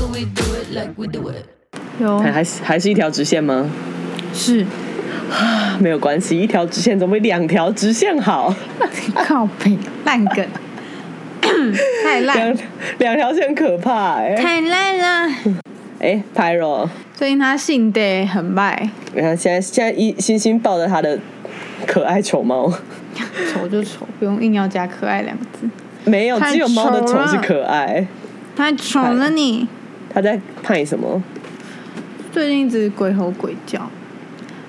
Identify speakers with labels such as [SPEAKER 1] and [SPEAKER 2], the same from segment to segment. [SPEAKER 1] it like we do it。
[SPEAKER 2] 有
[SPEAKER 3] 还还是还是一条直线吗？
[SPEAKER 2] 是
[SPEAKER 3] 啊没有关系，一条直线总比两条直线好。
[SPEAKER 2] 靠背烂 梗，太烂
[SPEAKER 3] 两两条线很可怕哎、欸。
[SPEAKER 2] 太烂啦！
[SPEAKER 3] 哎、p y r o
[SPEAKER 2] 最近他性得很败，
[SPEAKER 3] 你看现在现在一星星抱着他的可爱丑猫，
[SPEAKER 2] 丑就丑，不用硬要加可爱两个字，
[SPEAKER 3] 没有
[SPEAKER 2] 太
[SPEAKER 3] 只有猫的
[SPEAKER 2] 丑
[SPEAKER 3] 丑是
[SPEAKER 2] 了
[SPEAKER 3] 可爱。
[SPEAKER 2] 太丑了你！
[SPEAKER 3] 他在派什么？
[SPEAKER 2] 最近一直鬼吼鬼叫，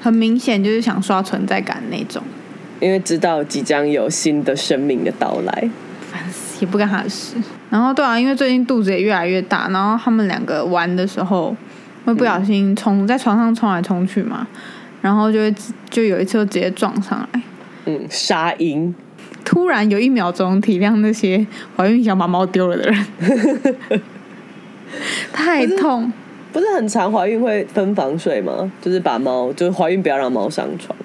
[SPEAKER 2] 很明显就是想刷存在感那种，
[SPEAKER 3] 因为知道即将有新的生命的到来。
[SPEAKER 2] 烦死，也不干他的事。然后对啊，因为最近肚子也越来越大，然后他们两个玩的时候会不小心冲、在床上冲来冲去嘛，然后就会直就有一次就直接撞上来。
[SPEAKER 3] 嗯，沙鹰，
[SPEAKER 2] 突然有一秒钟体谅那些怀孕想把猫丢了的 人，太痛。
[SPEAKER 3] 不是很常怀孕会分房睡吗？就是把猫，就是怀孕不要让猫上床。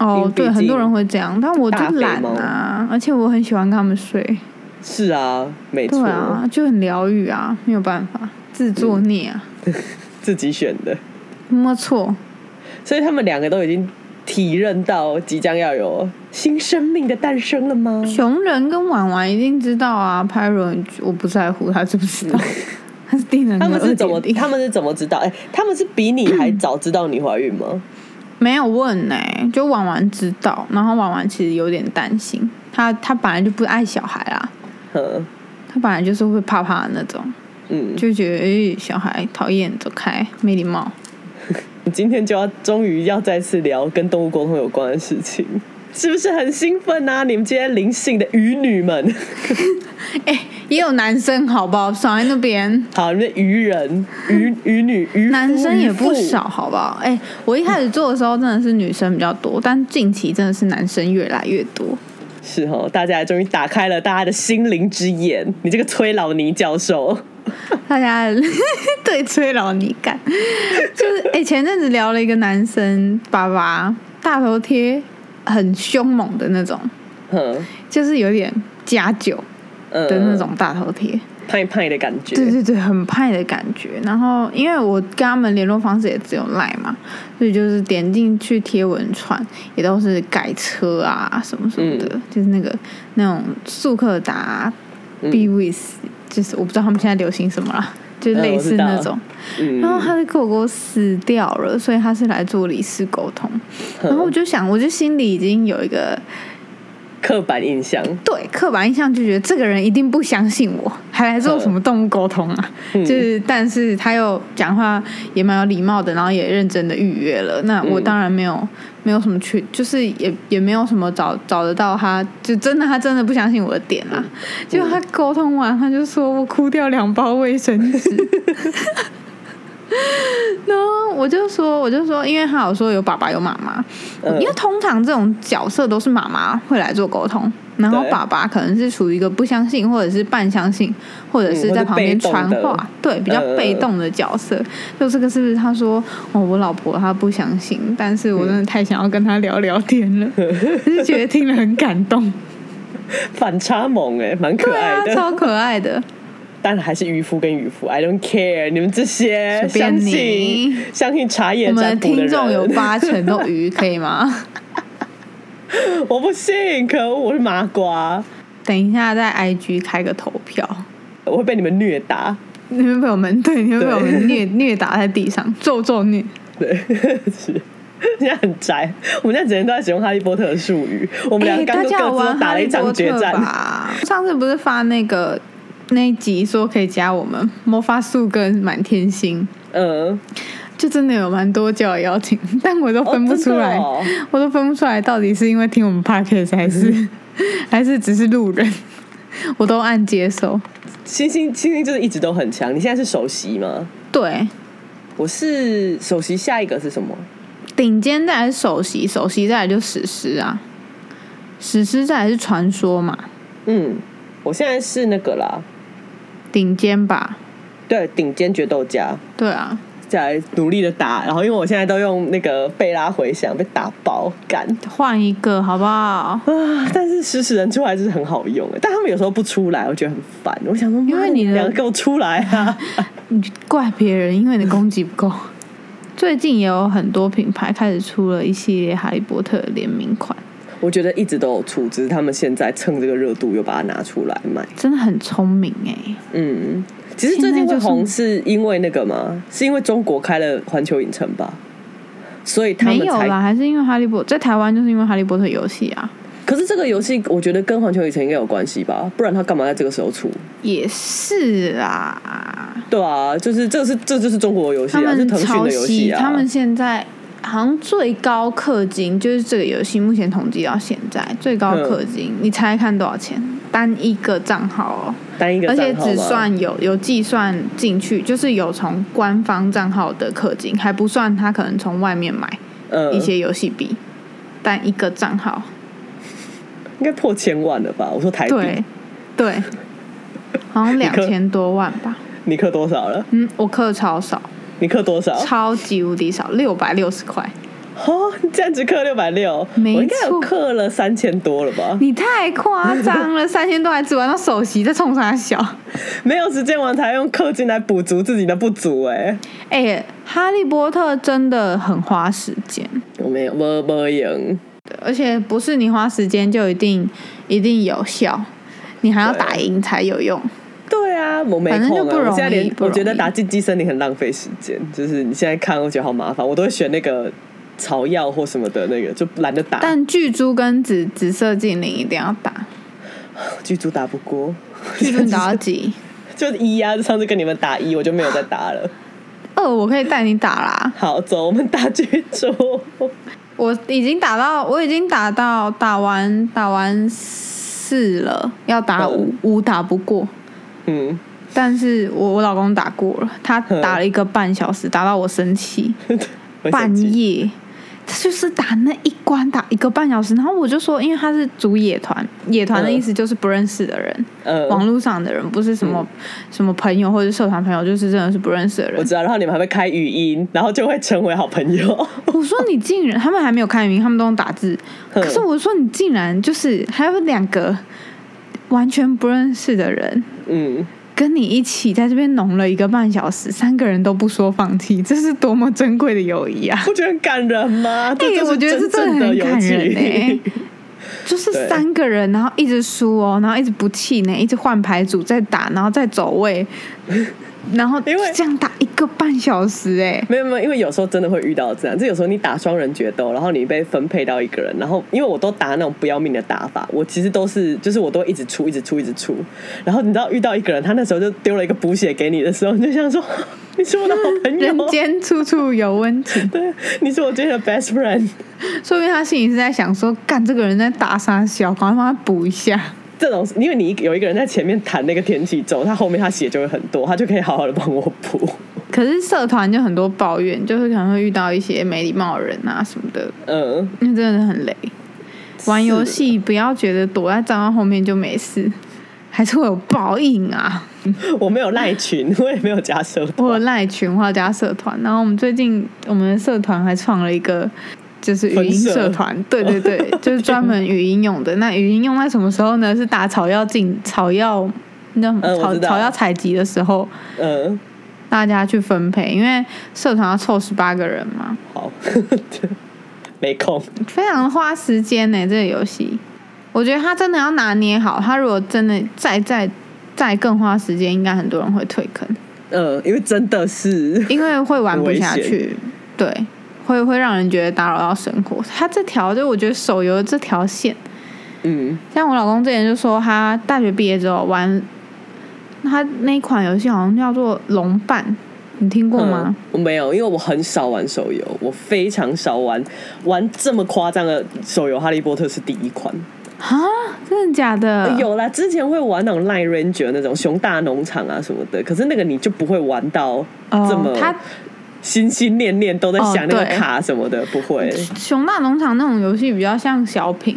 [SPEAKER 3] 因为
[SPEAKER 2] 哦，
[SPEAKER 3] 毕
[SPEAKER 2] 对，
[SPEAKER 3] 竟
[SPEAKER 2] 很多人会这样，但我就懒啊，而且我很喜欢跟他们睡，
[SPEAKER 3] 是啊，没
[SPEAKER 2] 对
[SPEAKER 3] 错，
[SPEAKER 2] 啊，就很疗愈啊，没有办法，自作孽啊，
[SPEAKER 3] 自己选的。嗯
[SPEAKER 2] 没错，
[SPEAKER 3] 所以他们两个都已经体认到即将要有新生命的诞生了吗？
[SPEAKER 2] 熊人跟婉婉一定知道啊，Pyro，我不在乎他知不知 道，他是定人格
[SPEAKER 3] 他们是怎么？
[SPEAKER 2] 2.0
[SPEAKER 3] 他们是怎么知道？哎、他们是比你还早知道你怀孕吗？
[SPEAKER 2] 没有问呢、就婉婉知道，然后婉婉其实有点担心，她她本来就不爱小孩啊啦，
[SPEAKER 3] 嗯
[SPEAKER 2] 她本来就是会怕怕的那种，
[SPEAKER 3] 嗯，
[SPEAKER 2] 就觉得诶、小孩讨厌，走开，没礼貌。
[SPEAKER 3] 你今天就要终于要再次聊跟动物沟通有关的事情，是不是很兴奋啊？你们今天灵性的鱼女们，
[SPEAKER 2] 哎、也有男生好不好？少在那边，
[SPEAKER 3] 好，你们的 鱼人、鱼鱼女、鱼夫
[SPEAKER 2] 男生也不。
[SPEAKER 3] 渔
[SPEAKER 2] 少好不好？哎、我一开始做的时候真的是女生比较多，但近期真的是男生越来越多。
[SPEAKER 3] 夫是哦，大家终于打开了大家的心灵之眼。你这个崔老尼教授，
[SPEAKER 2] 大家 对崔老你干，就是哎、欸前阵子聊了一个男生爸爸，大头贴很凶猛的那种，
[SPEAKER 3] 嗯
[SPEAKER 2] 就是有点加酒
[SPEAKER 3] 嗯
[SPEAKER 2] 的那种大头贴，
[SPEAKER 3] 派派的感觉。
[SPEAKER 2] 对对对，很派的感觉。然后因为我跟他们联络方式也只有赖嘛，所以就是点进去贴文串，也都是改车啊什么什么的，就是那个那种速克达、
[SPEAKER 3] 嗯
[SPEAKER 2] B w i s 就是我不知道他们现在流行什么啦，就
[SPEAKER 3] 嗯
[SPEAKER 2] 类
[SPEAKER 3] 我知
[SPEAKER 2] 似那
[SPEAKER 3] 道
[SPEAKER 2] 种。
[SPEAKER 3] 嗯
[SPEAKER 2] 然后他的狗狗死掉了，所以他是来做离世沟通。然后我就想，我就心里已经有一个
[SPEAKER 3] 刻板印象，
[SPEAKER 2] 对刻板印象，就觉得这个人一定不相信我，还来做什么动物沟通啊？就是，但是他又讲话也蛮有礼貌的，然后也认真的预约了。那我
[SPEAKER 3] 嗯
[SPEAKER 2] 当然没有没有什么去，就是也也没有什么找找得到他，就真的他真的不相信我的点啦。结果他沟通完，他就说我哭掉两包卫生纸。然后我就说，我就说，因为他有说有爸爸有妈妈，
[SPEAKER 3] 嗯
[SPEAKER 2] 因为通常这种角色都是妈妈会来做沟通，然后
[SPEAKER 3] 对
[SPEAKER 2] 爸爸可能是属于一个不相信，或者是半相信，或者是在旁边传
[SPEAKER 3] 嗯或者
[SPEAKER 2] 话，对，比较被动的角色。就这个是不是？他说哦，我老婆她不相信，但是我真的太想要跟她聊聊天 了，就是觉得听了很感动，
[SPEAKER 3] 反差萌哎、蛮可
[SPEAKER 2] 对啊
[SPEAKER 3] 爱，的。
[SPEAKER 2] 超可爱的。
[SPEAKER 3] 但还是渔夫跟渔夫，I don't care，你们这些
[SPEAKER 2] 随
[SPEAKER 3] 相
[SPEAKER 2] 便你
[SPEAKER 3] 信相信茶叶
[SPEAKER 2] 我们的
[SPEAKER 3] 占卜的
[SPEAKER 2] 听
[SPEAKER 3] 人，
[SPEAKER 2] 众有八成都鱼，可以吗？
[SPEAKER 3] 我不信，可恶，我是麻瓜，
[SPEAKER 2] 等一下在 IG 开个投票，
[SPEAKER 3] 我会被你们虐打。
[SPEAKER 2] 你们被我们对，你们被我们虐虐打在地上，咒咒虐。
[SPEAKER 3] 对，是。现在很宅，我们现在整天都在使用哈利波特的术语。 我们俩
[SPEAKER 2] 哎
[SPEAKER 3] 刚
[SPEAKER 2] 大
[SPEAKER 3] 刚
[SPEAKER 2] 家有
[SPEAKER 3] 各自
[SPEAKER 2] 玩
[SPEAKER 3] 都打
[SPEAKER 2] 哈
[SPEAKER 3] 了
[SPEAKER 2] 利
[SPEAKER 3] 一
[SPEAKER 2] 波
[SPEAKER 3] 场决
[SPEAKER 2] 特
[SPEAKER 3] 战。
[SPEAKER 2] 吧？上次不是发那个那一集说可以加我们魔法术跟满天星，
[SPEAKER 3] 嗯，
[SPEAKER 2] 就真的有蛮多叫邀请， 但我都分不出来，
[SPEAKER 3] 哦真的
[SPEAKER 2] 我都分不出来到底是因为听我们 podcast 还是、 还是只是路人， 我都按接受。
[SPEAKER 3] 星星星星就是一直都很强。你现在是首席吗？
[SPEAKER 2] 对，
[SPEAKER 3] 我是首席，下一个是什么？
[SPEAKER 2] 顶尖再来是首席，首席再来就史诗啊，史诗再来是传说嘛，
[SPEAKER 3] 嗯，我现在是那个啦，
[SPEAKER 2] 顶尖吧？
[SPEAKER 3] 对，顶尖决斗家。
[SPEAKER 2] 对啊，
[SPEAKER 3] 再来努力的打，然后因为我现在都用那个贝拉回响被打爆干
[SPEAKER 2] 换一个好不好？
[SPEAKER 3] 啊！但是食死人出来就是欸很好用的，但他们有时候不出来，我觉得很烦。我想说，
[SPEAKER 2] 因为
[SPEAKER 3] 妈
[SPEAKER 2] 你的
[SPEAKER 3] 两个给我出来啊！
[SPEAKER 2] 你怪别人，因为你的供给不 够。最近也有很多品牌开始出了一系列哈利波特的联名款，
[SPEAKER 3] 我觉得一直都有出，只是他们现在趁这个热度又把它拿出来卖。
[SPEAKER 2] 真的很聪明哎、
[SPEAKER 3] 嗯，其实最近会红是因为那个吗？是因为中国开了环球影城吧？所以他
[SPEAKER 2] 没
[SPEAKER 3] 们
[SPEAKER 2] 有
[SPEAKER 3] 才
[SPEAKER 2] 啦，还是因为哈利波在台湾就是因为哈利波特游戏啊，
[SPEAKER 3] 可是这个游戏，我觉得跟环球影城应该有关系吧，不然他干嘛在这个时候出？
[SPEAKER 2] 也是啦，
[SPEAKER 3] 对啊，就是这是这就是中国游戏
[SPEAKER 2] 他
[SPEAKER 3] 啊，是
[SPEAKER 2] 们
[SPEAKER 3] 腾讯
[SPEAKER 2] 抄
[SPEAKER 3] 的游
[SPEAKER 2] 袭，
[SPEAKER 3] 戏啊。
[SPEAKER 2] 他们现在好像最高氪金就是这个游戏目前统计到现在最高
[SPEAKER 3] 嗯
[SPEAKER 2] 氪金，你猜看多少钱？单一个账号哦，
[SPEAKER 3] 单一个
[SPEAKER 2] 而且
[SPEAKER 3] 账号
[SPEAKER 2] 只
[SPEAKER 3] 嘛
[SPEAKER 2] 算有有计算进去，就是有从官方账号的氪金，还不算他可能从外面买
[SPEAKER 3] 嗯
[SPEAKER 2] 一些游戏币，单一个账号，
[SPEAKER 3] 应该破千万了吧？我说台币，
[SPEAKER 2] 对对， 好像
[SPEAKER 3] 你
[SPEAKER 2] 两
[SPEAKER 3] 氪
[SPEAKER 2] 千多万吧。
[SPEAKER 3] 你氪多少了？
[SPEAKER 2] 嗯，我氪超少，
[SPEAKER 3] 你氪多少？
[SPEAKER 2] 超级无敌少，六百六十 块。
[SPEAKER 3] 哦，你这样只氪六百六，我
[SPEAKER 2] 没
[SPEAKER 3] 应该有
[SPEAKER 2] 错
[SPEAKER 3] 氪了三千多了吧？
[SPEAKER 2] 你太夸张 了，三千多还只玩到首席，在冲啥小？
[SPEAKER 3] 没有时间玩才用氪金来补足自己的不足哎、
[SPEAKER 2] 哎、哈利波特真的很花时间，
[SPEAKER 3] 我没有，没没赢，
[SPEAKER 2] 而且不是你花时间就一定一定有效，你还要
[SPEAKER 3] 对
[SPEAKER 2] 打赢才有用。
[SPEAKER 3] 对啊，我没
[SPEAKER 2] 反正
[SPEAKER 3] 空、啊，
[SPEAKER 2] 就不容易
[SPEAKER 3] 我现在连
[SPEAKER 2] 不
[SPEAKER 3] 我
[SPEAKER 2] 容易
[SPEAKER 3] 觉得打竞技森林很浪费时间，就是你现在看我觉得好麻烦，我都会选那个草药或什么的那个，就懒得打。
[SPEAKER 2] 但巨猪跟紫紫色精灵一定要打，
[SPEAKER 3] 巨猪打不过，
[SPEAKER 2] 巨猪你打到几？
[SPEAKER 3] 就是一啊，上次跟你们打一，我就没有再打了。
[SPEAKER 2] 二哦我可以带你打啦，
[SPEAKER 3] 好，走，我们打巨猪。
[SPEAKER 2] 我已经打到我已经打到打完打完四了，要打五
[SPEAKER 3] 嗯，
[SPEAKER 2] 五打不过。
[SPEAKER 3] 嗯，
[SPEAKER 2] 但是我我老公打过了，他
[SPEAKER 3] 嗯
[SPEAKER 2] 打了一个半小时，打到我生气，
[SPEAKER 3] 我
[SPEAKER 2] 半
[SPEAKER 3] 生气
[SPEAKER 2] 夜。他就是打那一关打一个半小时，然后我就说，因为他是组野团，野团的
[SPEAKER 3] 嗯
[SPEAKER 2] 意思就是不认识的人，
[SPEAKER 3] 嗯
[SPEAKER 2] 网络上的人，不是什么、什么朋友或者社团朋友，就是真的是嗯不认识的人
[SPEAKER 3] 我。知道，然后你们还会开语音，然后就会成为好朋友。
[SPEAKER 2] 我说你竟然，他们还没有看语音，他们都用打字。
[SPEAKER 3] 嗯
[SPEAKER 2] 可是我说你竟然就是还有两个完全不认识的人
[SPEAKER 3] 嗯，
[SPEAKER 2] 跟你一起在这边弄了一个半小时，三个人都不说放弃，这是多么珍贵的友谊 啊！
[SPEAKER 3] 不觉得很感人吗？啊这
[SPEAKER 2] 哎、
[SPEAKER 3] 就是
[SPEAKER 2] 我觉得这
[SPEAKER 3] 真
[SPEAKER 2] 真
[SPEAKER 3] 正
[SPEAKER 2] 的
[SPEAKER 3] 的
[SPEAKER 2] 很
[SPEAKER 3] 友
[SPEAKER 2] 感人欸
[SPEAKER 3] 情。
[SPEAKER 2] 呢、 就是
[SPEAKER 3] 对
[SPEAKER 2] 三个人，然后一直输哦，然后一直不气馁，一直换牌组再打，然后再走 位，然后
[SPEAKER 3] 因为
[SPEAKER 2] 这样打一个半小时、哎，
[SPEAKER 3] 没有没有，因为有时候真的会遇到这样，这有时候你打双人决斗，然后你被分配到一个人，然后因为我都打那种不要命的打法，我其实都是就是我都会一直出一直出一直出，然后你知道遇到一个人，他那时候就丢了一个补血给你的时候，你就想说 你是我的好朋
[SPEAKER 2] 人
[SPEAKER 3] 友，
[SPEAKER 2] 间处处有温 情。
[SPEAKER 3] 对，你是我今天的 best friend，
[SPEAKER 2] 说明他心里是在想说，干这个人在打傻小，赶快帮他补一下。
[SPEAKER 3] 这种因为你一个有一个人在前面弹那个天气咒，他后面他血就会很多，他就可以好好的帮我补，
[SPEAKER 2] 可是社团就很多抱怨，就是可能会遇到一些没礼貌的人啊什么的，
[SPEAKER 3] 嗯。
[SPEAKER 2] 那真的很累。玩游戏不要觉得躲在账号后面就没事，还是会有报应啊！
[SPEAKER 3] 我没有赖群，我也没有加社团。
[SPEAKER 2] 我有赖群或加社团，然后我们最近我们的社团还创了一个。就是语音
[SPEAKER 3] 分社
[SPEAKER 2] 社团，对对对， 就是专门语音用的。那语音用在什么时候呢？是打草药进草药，那
[SPEAKER 3] 嗯我
[SPEAKER 2] 草
[SPEAKER 3] 知道
[SPEAKER 2] 草药采集的时候，
[SPEAKER 3] 嗯，
[SPEAKER 2] 大家去分配，因为社团要凑十八个人嘛，
[SPEAKER 3] 好， 没空。
[SPEAKER 2] 非常花时间呢、这个游戏，我觉得他真的要拿捏好，他如果真的再再再更花时间，应该很多人会退坑，
[SPEAKER 3] 嗯，因为真的是，
[SPEAKER 2] 因为会玩不下
[SPEAKER 3] 很危
[SPEAKER 2] 去，对，会会让人觉得打扰到生活。他这条就我觉得手游这条线，
[SPEAKER 3] 嗯，
[SPEAKER 2] 像我老公之前就说，他大学毕业之后玩他那一款游戏，好像叫做《龙伴》，你听过吗？
[SPEAKER 3] 嗯我没有，因为我很少玩手游，我非常少玩玩这么夸张的手游。哈利波特是第一款，
[SPEAKER 2] 啊，真的假的？
[SPEAKER 3] 呃有啦，之前会玩那种 Line Ranger 那种熊大农场啊什么的，可是那个你就不会玩到这么
[SPEAKER 2] 哦、他
[SPEAKER 3] 心心念念都在想
[SPEAKER 2] 哦
[SPEAKER 3] 那个
[SPEAKER 2] 对嗯
[SPEAKER 3] 卡什么的，不会。
[SPEAKER 2] 熊大农场那种游戏比较像小品。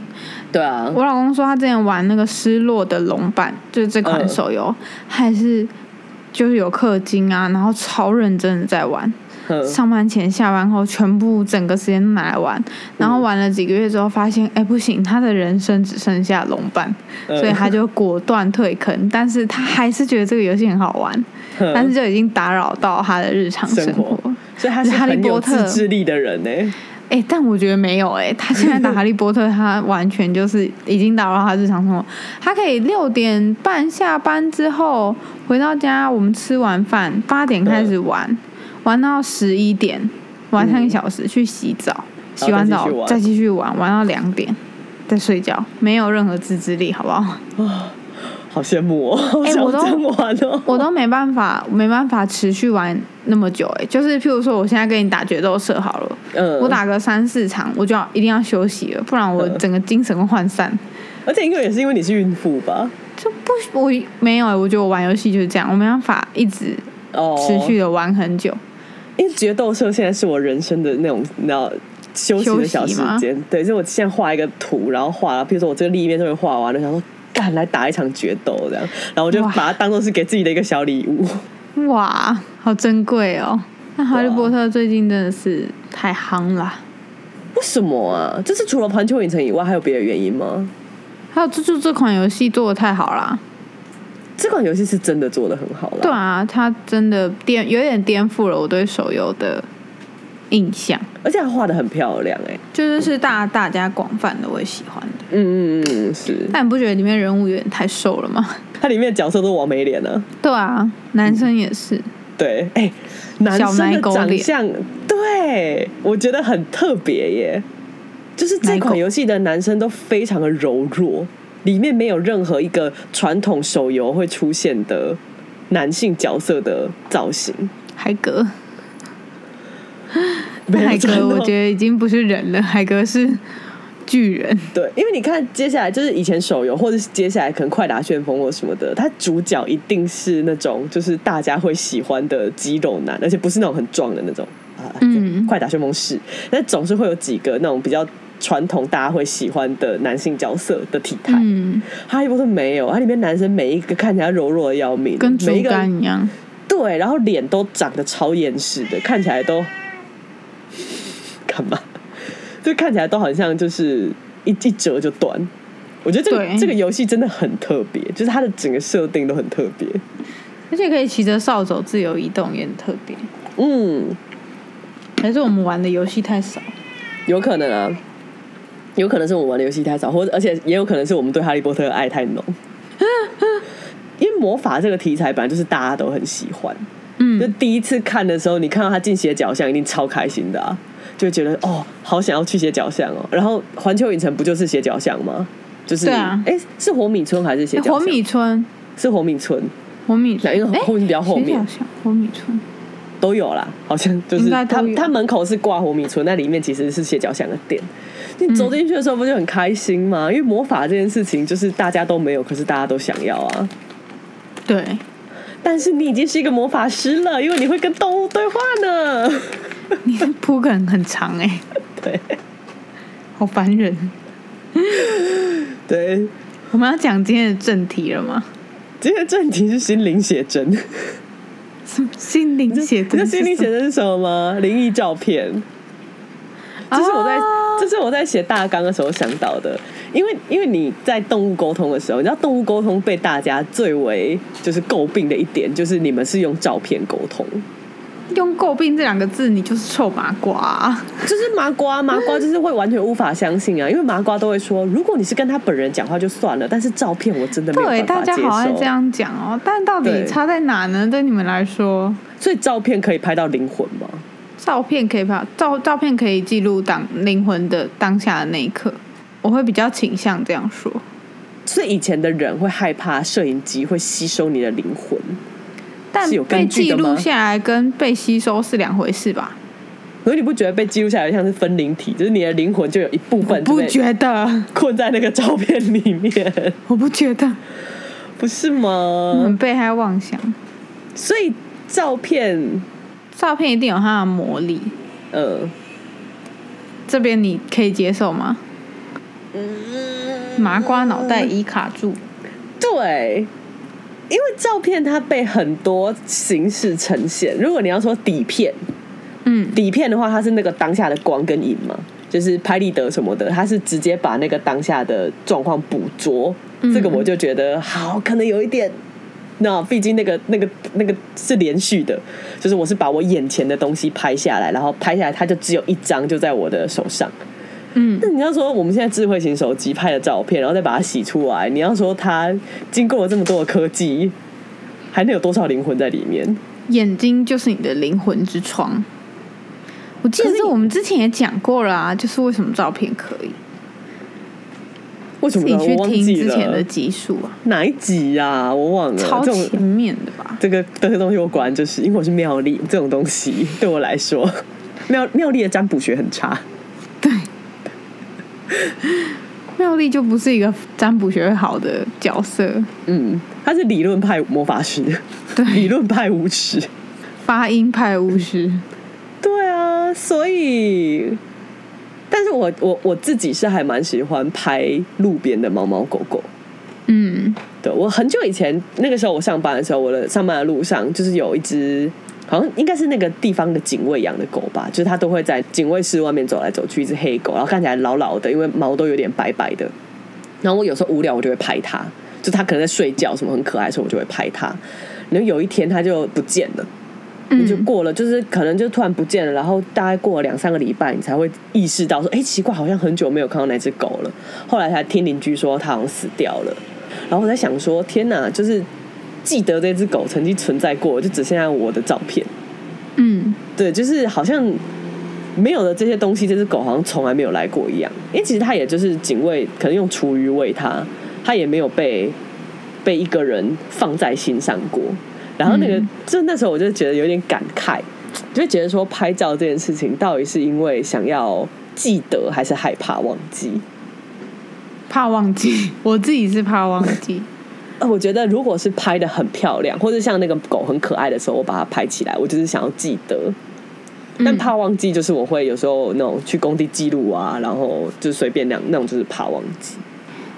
[SPEAKER 3] 对啊，
[SPEAKER 2] 我老公说他之前玩那个《失落的龙版》，就是这款
[SPEAKER 3] 嗯
[SPEAKER 2] 手游，还是就是有氪金啊，然后超认真的在玩，
[SPEAKER 3] 哼
[SPEAKER 2] 上班前、下班后，全部整个时间都拿来玩，然后玩了几个月之后，发现哎、不行，他的人生只剩下龙伴，
[SPEAKER 3] 嗯
[SPEAKER 2] 所以他就果断退坑。但是他还是觉得这个游戏很好玩，
[SPEAKER 3] 哼
[SPEAKER 2] 但是就已经打扰到他的日常生
[SPEAKER 3] 嗯生活
[SPEAKER 2] 活。
[SPEAKER 3] 所以他是
[SPEAKER 2] 哈利
[SPEAKER 3] 很有
[SPEAKER 2] 波特
[SPEAKER 3] 自制力的人呢、
[SPEAKER 2] 哎、但我觉得没有哎、他现在打哈利波特，他完全就是已经打扰他日常生活。他可以六点半下班之后回到家，我们吃完饭八点开始玩，玩到十一点，玩三个小时、去洗澡，洗完
[SPEAKER 3] 然
[SPEAKER 2] 澡
[SPEAKER 3] 后再
[SPEAKER 2] 再继续玩，玩到两点再睡觉，没有任何自制力，好不好？
[SPEAKER 3] 好羡慕哦！ 好
[SPEAKER 2] 哎
[SPEAKER 3] 想
[SPEAKER 2] 我都
[SPEAKER 3] 这么玩哦。
[SPEAKER 2] 我都没办法，没办法持续玩那么久哎、就是譬如说，我现在跟你打决斗社好了。
[SPEAKER 3] 嗯，
[SPEAKER 2] 我打个三四场，我就要一定要休息了，不然我
[SPEAKER 3] 嗯
[SPEAKER 2] 整个精神会涣散。
[SPEAKER 3] 而且应该也是因为你是孕妇吧？
[SPEAKER 2] 就不，我没有欸，我觉得我玩游戏就是这样，我没办法一直
[SPEAKER 3] 哦，
[SPEAKER 2] 持续的玩很久。
[SPEAKER 3] 因为决斗社现在是我人生的那种，你知道。休息的小时
[SPEAKER 2] 休息
[SPEAKER 3] 间，对，就是我现在画一个图，然后画了，比如说我这个立面都会画完了，想说干来打一场决斗这样，然后我就
[SPEAKER 2] 哇
[SPEAKER 3] 把它当做是给自己的一个小礼物。
[SPEAKER 2] 哇，好珍贵哦！那《哈利
[SPEAKER 3] 对啊
[SPEAKER 2] 波特》最近真的是太夯了，
[SPEAKER 3] 为什么啊？这是除了环球影城以外，还有别的原因吗？
[SPEAKER 2] 还有这就这款游戏做的太好啦。
[SPEAKER 3] 这款游戏是真的做的很好了。
[SPEAKER 2] 对啊，它真的颠有点颠覆了我对手游的印象，
[SPEAKER 3] 而且它画的很漂亮、哎，
[SPEAKER 2] 就是是大大家广泛的会喜欢的。
[SPEAKER 3] 嗯嗯嗯嗯，是。
[SPEAKER 2] 但你不觉得里面人物有点太瘦了吗？
[SPEAKER 3] 它里面的角色都王美脸呢、
[SPEAKER 2] 对啊，男生也是。
[SPEAKER 3] 对，哎、男
[SPEAKER 2] 小
[SPEAKER 3] 生
[SPEAKER 2] 奶
[SPEAKER 3] 的
[SPEAKER 2] 狗
[SPEAKER 3] 长
[SPEAKER 2] 脸
[SPEAKER 3] 相，对我觉得很特别耶。就是这
[SPEAKER 2] 奶
[SPEAKER 3] 款
[SPEAKER 2] 狗
[SPEAKER 3] 游戏的男生都非常的柔弱，里面没有任何一个传统手游会出现的男性角色的造型。
[SPEAKER 2] 海格，
[SPEAKER 3] 没有
[SPEAKER 2] 海
[SPEAKER 3] 真的
[SPEAKER 2] 格，我觉得已经不是人了，海格是巨人。
[SPEAKER 3] 对，因为你看，接下来就是以前手游，或者是接下来可能快打旋风或什么的，它主角一定是那种就是大家会喜欢的肌肉男，而且不是那种很壮的那种啊。
[SPEAKER 2] 嗯
[SPEAKER 3] 快打旋风是，但总是会有几个那种比较传统大家会喜欢的男性角色的体态。
[SPEAKER 2] 嗯，
[SPEAKER 3] 哈利波特没有，它里面男生每一个看起来柔弱的要命，
[SPEAKER 2] 跟
[SPEAKER 3] 每
[SPEAKER 2] 竹
[SPEAKER 3] 一个
[SPEAKER 2] 竿一样。
[SPEAKER 3] 对，然后脸都长得超严实的，看起来都干嘛？ 就看起来都好像就是一一折就断。我觉得这个
[SPEAKER 2] 对
[SPEAKER 3] 这个游戏真的很特别，就是它的整个设定都很特别。
[SPEAKER 2] 而且可以骑着扫帚自由移动，也很特别。
[SPEAKER 3] 嗯，
[SPEAKER 2] 还是我们玩的游戏太少，
[SPEAKER 3] 有可能啊，有可能是我们玩的游戏太少，或者而且也有可能是我们对哈利波特的爱太浓。 因为魔法这个题材本来就是大家都很喜欢，就
[SPEAKER 2] 嗯，
[SPEAKER 3] 第一次看的时候，你看到他进斜角巷，一定超开心的啊，就觉得哦，好想要去斜角巷哦。然后环球影城不就是斜角巷吗？就是
[SPEAKER 2] 对啊
[SPEAKER 3] 诶是火米村还是斜角巷？
[SPEAKER 2] 火米村，
[SPEAKER 3] 是火米村，
[SPEAKER 2] 火米
[SPEAKER 3] 哪
[SPEAKER 2] 村，哎
[SPEAKER 3] 一个后面比较后面
[SPEAKER 2] 斜角巷火米村，
[SPEAKER 3] 都有啦，好像就是
[SPEAKER 2] 应该
[SPEAKER 3] 它
[SPEAKER 2] 都有
[SPEAKER 3] 它门口是挂火米村，那里面其实是斜角巷的店。你走进去的时候不就很开心吗？因为魔法这件事情就是大家都没有，可是大家都想要啊。
[SPEAKER 2] 对，
[SPEAKER 3] 但是你已经是一个魔法师了，因为你会跟动物对话呢。
[SPEAKER 2] 你的铺梗很长哎、
[SPEAKER 3] 对
[SPEAKER 2] 好烦人。
[SPEAKER 3] 对，
[SPEAKER 2] 我们要讲今天的正题了吗？
[SPEAKER 3] 今天正题是心灵写真，
[SPEAKER 2] 什么心灵写
[SPEAKER 3] 你知道
[SPEAKER 2] 真是什
[SPEAKER 3] 心
[SPEAKER 2] 么？
[SPEAKER 3] 灵写真是什么吗？灵异照片，这是我在、
[SPEAKER 2] 哦
[SPEAKER 3] 这是我在写大纲的时候想到的，因为因为你在动物沟通的时候，你知道动物沟通被大家最为就是诟病的一点，就是你们是用照片沟通，
[SPEAKER 2] 用“诟病”这两个字，你就是臭麻瓜啊、
[SPEAKER 3] 就是麻瓜麻瓜就是会完全无法相信啊，因为麻瓜都会说，如果你是跟他本人讲话就算了，但是照片我真的没有
[SPEAKER 2] 对，
[SPEAKER 3] 办
[SPEAKER 2] 大
[SPEAKER 3] 法接
[SPEAKER 2] 家
[SPEAKER 3] 受，
[SPEAKER 2] 好爱这样讲哦，但到
[SPEAKER 3] 对
[SPEAKER 2] 底差在哪呢？对你们来说，
[SPEAKER 3] 所以照片可以拍到灵魂吗？
[SPEAKER 2] 照片可以把照照片可以记录当灵魂的当下的那一刻，我会比较倾向这样说。
[SPEAKER 3] 所以以前的人会害怕摄影机会吸收你的灵魂。
[SPEAKER 2] 但
[SPEAKER 3] 是有
[SPEAKER 2] 被
[SPEAKER 3] 根据
[SPEAKER 2] 记
[SPEAKER 3] 的吗
[SPEAKER 2] 录下来跟被吸收是两回事吧？
[SPEAKER 3] 可是你不觉得被记录下来像是分灵体，就是你的灵魂就有一部
[SPEAKER 2] 我
[SPEAKER 3] 分就
[SPEAKER 2] 不
[SPEAKER 3] 被
[SPEAKER 2] 觉得，
[SPEAKER 3] 困在那个照片里面，
[SPEAKER 2] 我 不觉得，
[SPEAKER 3] 不是
[SPEAKER 2] 你
[SPEAKER 3] 吗？
[SPEAKER 2] 们被害妄想。
[SPEAKER 3] 所以照片，
[SPEAKER 2] 照片一定有它的魔力，
[SPEAKER 3] 呃，
[SPEAKER 2] 这边你可以接受吗？
[SPEAKER 3] 嗯
[SPEAKER 2] 麻瓜脑袋已卡住，
[SPEAKER 3] 对，因为照片它被很多形式呈现。如果你要说底片，
[SPEAKER 2] 嗯，
[SPEAKER 3] 底片的话，它是那个当下的光跟影嘛，就是拍立得什么的，它是直接把那个当下的状况捕捉。
[SPEAKER 2] 嗯
[SPEAKER 3] 这个我就觉得好，可能有一点。那毕竟那个那个那个是连续的，就是我是把我眼前的东西拍下来，然后拍下来它就只有一张就在我的手上。
[SPEAKER 2] 嗯
[SPEAKER 3] 那你要说我们现在智慧型手机拍的照片，然后再把它洗出来，你要说它经过了这么多的科技，还能有多少灵魂在里面？
[SPEAKER 2] 眼睛就是你的灵魂之窗。我记得
[SPEAKER 3] 可是
[SPEAKER 2] 这
[SPEAKER 3] 你
[SPEAKER 2] 我们之前也讲过了啊，就是为什么照片可以，
[SPEAKER 3] 为什
[SPEAKER 2] 自
[SPEAKER 3] 么
[SPEAKER 2] 己
[SPEAKER 3] 呢？
[SPEAKER 2] 去
[SPEAKER 3] 我忘
[SPEAKER 2] 听
[SPEAKER 3] 记
[SPEAKER 2] 之前
[SPEAKER 3] 了
[SPEAKER 2] 的集数啊，
[SPEAKER 3] 哪一集呀、我忘了。
[SPEAKER 2] 超
[SPEAKER 3] 这种
[SPEAKER 2] 前面的吧？
[SPEAKER 3] 这个这些东西，我果然就是因为我是妙丽这种东西，对我来说，妙妙丽的占卜学很差。
[SPEAKER 2] 对，妙丽就不是一个占卜学会好的角色，
[SPEAKER 3] 嗯，他是理论派魔法师，理
[SPEAKER 2] 对，
[SPEAKER 3] 论派巫师。
[SPEAKER 2] 发音派巫师，
[SPEAKER 3] 对啊，所以，但是我我我自己是还蛮喜欢拍路边的猫猫狗狗。
[SPEAKER 2] 嗯
[SPEAKER 3] 对我很久以前那个时候我上班的时候，我的上班的路上就是有一只。好像应该是那个地方的警卫养的狗吧，就是它都会在警卫室外面走来走去，一只黑狗，然后看起来老老的，因为毛都有点白白的。然后我有时候无聊，我就会拍它，就它可能在睡觉什么很可爱的时候，我就会拍它。然后有一天它就不见了，
[SPEAKER 2] 嗯，
[SPEAKER 3] 就过了，就是可能就突然不见了，然后大概过了两三个礼拜，你才会意识到说，哎、奇怪，好像很久没有看到那只狗了。后来才听邻居说它好像死掉了，然后我在想说，天哪，就是记得这只狗曾经存在过，就只剩下我的照片。
[SPEAKER 2] 嗯
[SPEAKER 3] 对，就是好像没有了这些东西，这只狗好像从来没有来过一样。因为其实它也就是警卫，可能用厨余喂它，它也没有被被一个人放在心上过。然后那个，
[SPEAKER 2] 嗯
[SPEAKER 3] 就那时候我就觉得有点感慨，就会觉得说拍照这件事情到底是因为想要记得，还是害怕忘记？
[SPEAKER 2] 怕忘记，我自己是怕忘 记，
[SPEAKER 3] 呃我觉得如果是拍的很漂亮，或者像那个狗很可爱的时候，我把它拍起来，我就是想要记得。但
[SPEAKER 2] 嗯
[SPEAKER 3] 怕忘记，就是我会有时候那种去工地记录啊，然后就随便那那种就是怕忘记，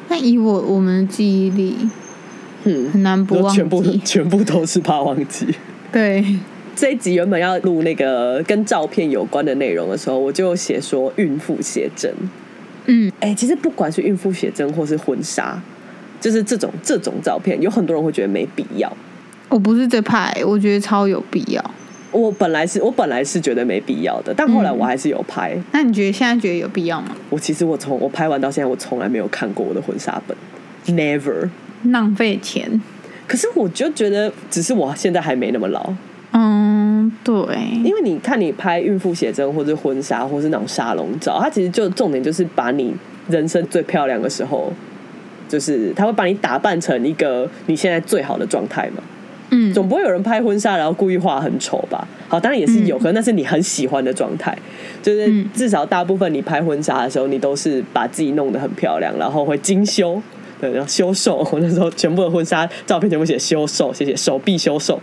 [SPEAKER 2] 那以我我们的记忆力
[SPEAKER 3] 嗯，
[SPEAKER 2] 很难不
[SPEAKER 3] 就
[SPEAKER 2] 忘
[SPEAKER 3] 全部
[SPEAKER 2] 记，
[SPEAKER 3] 全部都是怕忘记。
[SPEAKER 2] 对，
[SPEAKER 3] 这一集原本要录那个跟照片有关的内容的时候，我就写说孕妇写真，
[SPEAKER 2] 嗯
[SPEAKER 3] 哎、其实不管是孕妇写真或是婚纱，就是这种这种照片，有很多人会觉得没必要。
[SPEAKER 2] 我不是这派，我觉得超有必要。
[SPEAKER 3] 我本来是我本来是觉得没必要的，但后来
[SPEAKER 2] 嗯
[SPEAKER 3] 我还是有拍。
[SPEAKER 2] 那你觉得现在觉得有必要吗？
[SPEAKER 3] 我其实我从我拍完到现在，我从来没有看过我的婚纱本，never。
[SPEAKER 2] 浪费钱？
[SPEAKER 3] 可是我就觉得，只是我现在还没那么老，
[SPEAKER 2] 嗯，对，
[SPEAKER 3] 因为你看你拍孕妇写真或者婚纱或是那种沙龙照，它其实就重点就是把你人生最漂亮的时候，就是它会把你打扮成一个你现在最好的状态嘛。
[SPEAKER 2] 嗯，
[SPEAKER 3] 总不会有人拍婚纱然后故意画很丑吧？好，当然也是有，
[SPEAKER 2] 嗯
[SPEAKER 3] 可能那是你很喜欢的状态，就是
[SPEAKER 2] 嗯
[SPEAKER 3] 至少大部分你拍婚纱的时候，你都是把自己弄得很漂亮，然后会精修。对，然后修瘦，我那时候全部的婚纱照片全部写修瘦，写写手臂修瘦，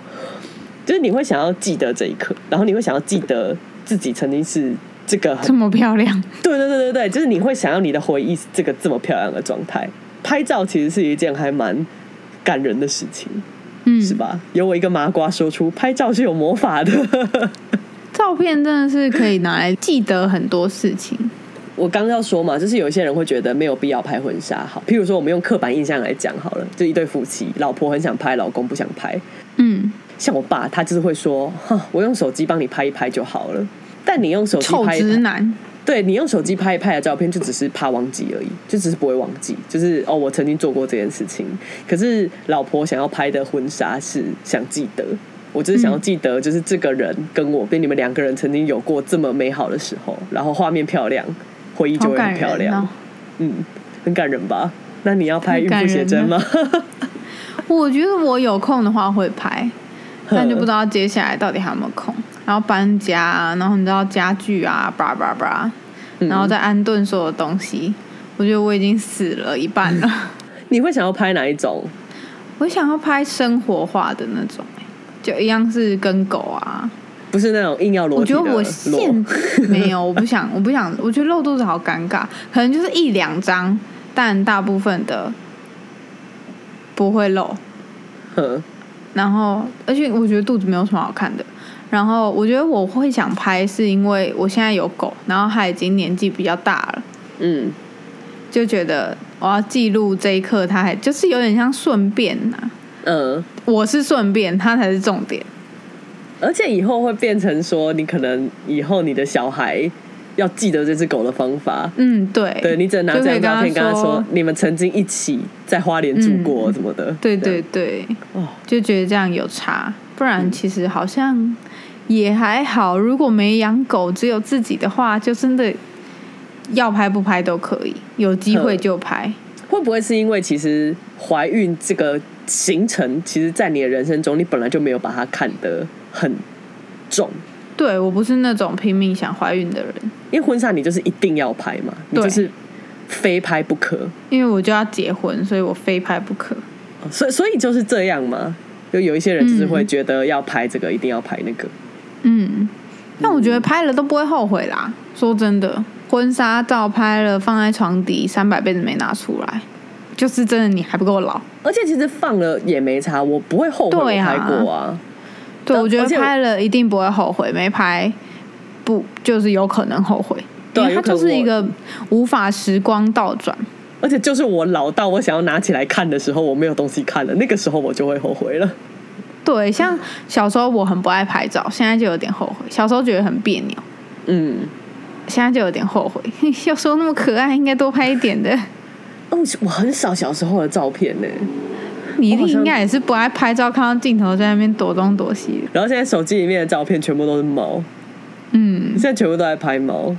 [SPEAKER 3] 就是你会想要记得这一刻，然后你会想要记得自己曾经是这个很
[SPEAKER 2] 这么漂亮，
[SPEAKER 3] 对对对对对，就是你会想要你的回忆是这个这么漂亮的状态。拍照其实是一件还蛮感人的事情。
[SPEAKER 2] 嗯，
[SPEAKER 3] 是？吧？由我一个麻瓜说出，拍照是有魔法的。
[SPEAKER 2] 照片真的是可以拿来记得很多事情。
[SPEAKER 3] 我刚刚要说嘛，就是有一些人会觉得没有必要拍婚纱，好，譬如说我们用刻板印象来讲好了，就一对夫妻，老婆很想拍，老公不想拍。
[SPEAKER 2] 嗯，
[SPEAKER 3] 像我爸，他就是会说，哼，我用手机帮你拍一拍就好了。但你用手机
[SPEAKER 2] 臭
[SPEAKER 3] 拍一
[SPEAKER 2] 直
[SPEAKER 3] 拍，
[SPEAKER 2] 男，
[SPEAKER 3] 对你用手机拍一拍的照片，就只是怕忘记而已，就只是不会忘记，就是哦，我曾经做过这件事情。可是老婆想要拍的婚纱是想记得，我就是想要记得，就是这个人跟我，跟、你们两个人曾经有过这么美好的时候，然后画面漂亮，回忆就
[SPEAKER 2] 好
[SPEAKER 3] 会
[SPEAKER 2] 感
[SPEAKER 3] 很漂
[SPEAKER 2] 人
[SPEAKER 3] 亮，
[SPEAKER 2] 哦！
[SPEAKER 3] 嗯，很感人吧？那你要拍
[SPEAKER 2] 很
[SPEAKER 3] 孕
[SPEAKER 2] 感
[SPEAKER 3] 妇
[SPEAKER 2] 人
[SPEAKER 3] 写真吗？
[SPEAKER 2] 我觉得我有空的话会 拍，但就不知
[SPEAKER 3] 道。
[SPEAKER 2] 道接下来到底还有没有空。然后搬家啊，然后你知道家具啊，叭叭叭，
[SPEAKER 3] 嗯
[SPEAKER 2] 然后再安顿所有东西。我觉得我已经死了一半了。
[SPEAKER 3] 你会想要拍哪一种？
[SPEAKER 2] 我想要拍生活化的那种、就一样是跟狗啊。
[SPEAKER 3] 不是那种硬要裸
[SPEAKER 2] 我
[SPEAKER 3] 体
[SPEAKER 2] 觉
[SPEAKER 3] 的
[SPEAKER 2] 得
[SPEAKER 3] 裸
[SPEAKER 2] 我现 没有，我不想，我不想，我觉得露肚子好尴尬，可能就是一两张，但大部分的不会露。
[SPEAKER 3] 哼，
[SPEAKER 2] 然后而且我觉得肚子没有什么好看的。然后我觉得我会想拍，是因为我现在有狗，然后它已经年纪比较大了，
[SPEAKER 3] 嗯，
[SPEAKER 2] 就觉得我要记录这一刻，它还就是有点像顺便呐、
[SPEAKER 3] 嗯，
[SPEAKER 2] 我是顺便，它才是重点。
[SPEAKER 3] 而且以后会变成说，你可能以后你的小孩要记得这只狗的方法。
[SPEAKER 2] 嗯，对，
[SPEAKER 3] 对你只能拿这张
[SPEAKER 2] 就
[SPEAKER 3] 照片跟他
[SPEAKER 2] 可以跟他
[SPEAKER 3] 说
[SPEAKER 2] 说，
[SPEAKER 3] 你们曾经一起在花莲住过
[SPEAKER 2] 嗯
[SPEAKER 3] 什么的。
[SPEAKER 2] 对
[SPEAKER 3] 这
[SPEAKER 2] 对
[SPEAKER 3] 样，
[SPEAKER 2] 对，
[SPEAKER 3] 哦，
[SPEAKER 2] 就觉得这样有差，不然其实好像也还好。如果没养狗，只有自己的话，就真的要拍不拍都可以，有机会就拍。
[SPEAKER 3] 会不会是因为其实怀孕这个行程，其实在你的人生中，你本来就没有把它看得很重，
[SPEAKER 2] 对我不是那种拼命想怀孕的人，
[SPEAKER 3] 因为婚纱你就是一定要拍嘛，你
[SPEAKER 2] 对
[SPEAKER 3] 就是非拍不可，哦
[SPEAKER 2] 因为我就要结婚，所以我非拍不可。
[SPEAKER 3] 所以所以就是这样嘛。就有一些人就是会觉得要拍这个，一定要拍那个，
[SPEAKER 2] 嗯，但我觉得拍了都不会后悔啦。说真的，婚纱照拍了放在床底，三百辈子没拿出来，就是真的你还不够老。
[SPEAKER 3] 而且其实放了也没差，我不会后悔我
[SPEAKER 2] 对啊
[SPEAKER 3] 拍过啊。
[SPEAKER 2] 对，
[SPEAKER 3] 但
[SPEAKER 2] 我觉
[SPEAKER 3] 而且
[SPEAKER 2] 得
[SPEAKER 3] 我
[SPEAKER 2] 拍了一定不会后悔，没拍不就是有可能后悔，
[SPEAKER 3] 对
[SPEAKER 2] 因为
[SPEAKER 3] 有
[SPEAKER 2] 它
[SPEAKER 3] 可能
[SPEAKER 2] 就是
[SPEAKER 3] 我
[SPEAKER 2] 一个无法时光倒转。
[SPEAKER 3] 而且就是我老到我想要拿起来看的时候，我没有东西看了，那个时候我就会后悔了。
[SPEAKER 2] 对，像小时候我很不爱拍照，现在就有点后悔。小时候觉得很别扭，
[SPEAKER 3] 嗯，
[SPEAKER 2] 现在就有点后悔。 小时候那么可爱，应该多拍一点 的。
[SPEAKER 3] 哦，我很少小时候的照片呢、
[SPEAKER 2] 你一
[SPEAKER 3] 我好
[SPEAKER 2] 定
[SPEAKER 3] 像
[SPEAKER 2] 应该也是不爱拍照，看到镜头在那边躲东躲西的。
[SPEAKER 3] 然后现在手机里面的照片全部都是猫，
[SPEAKER 2] 嗯
[SPEAKER 3] 现在全部都在拍猫。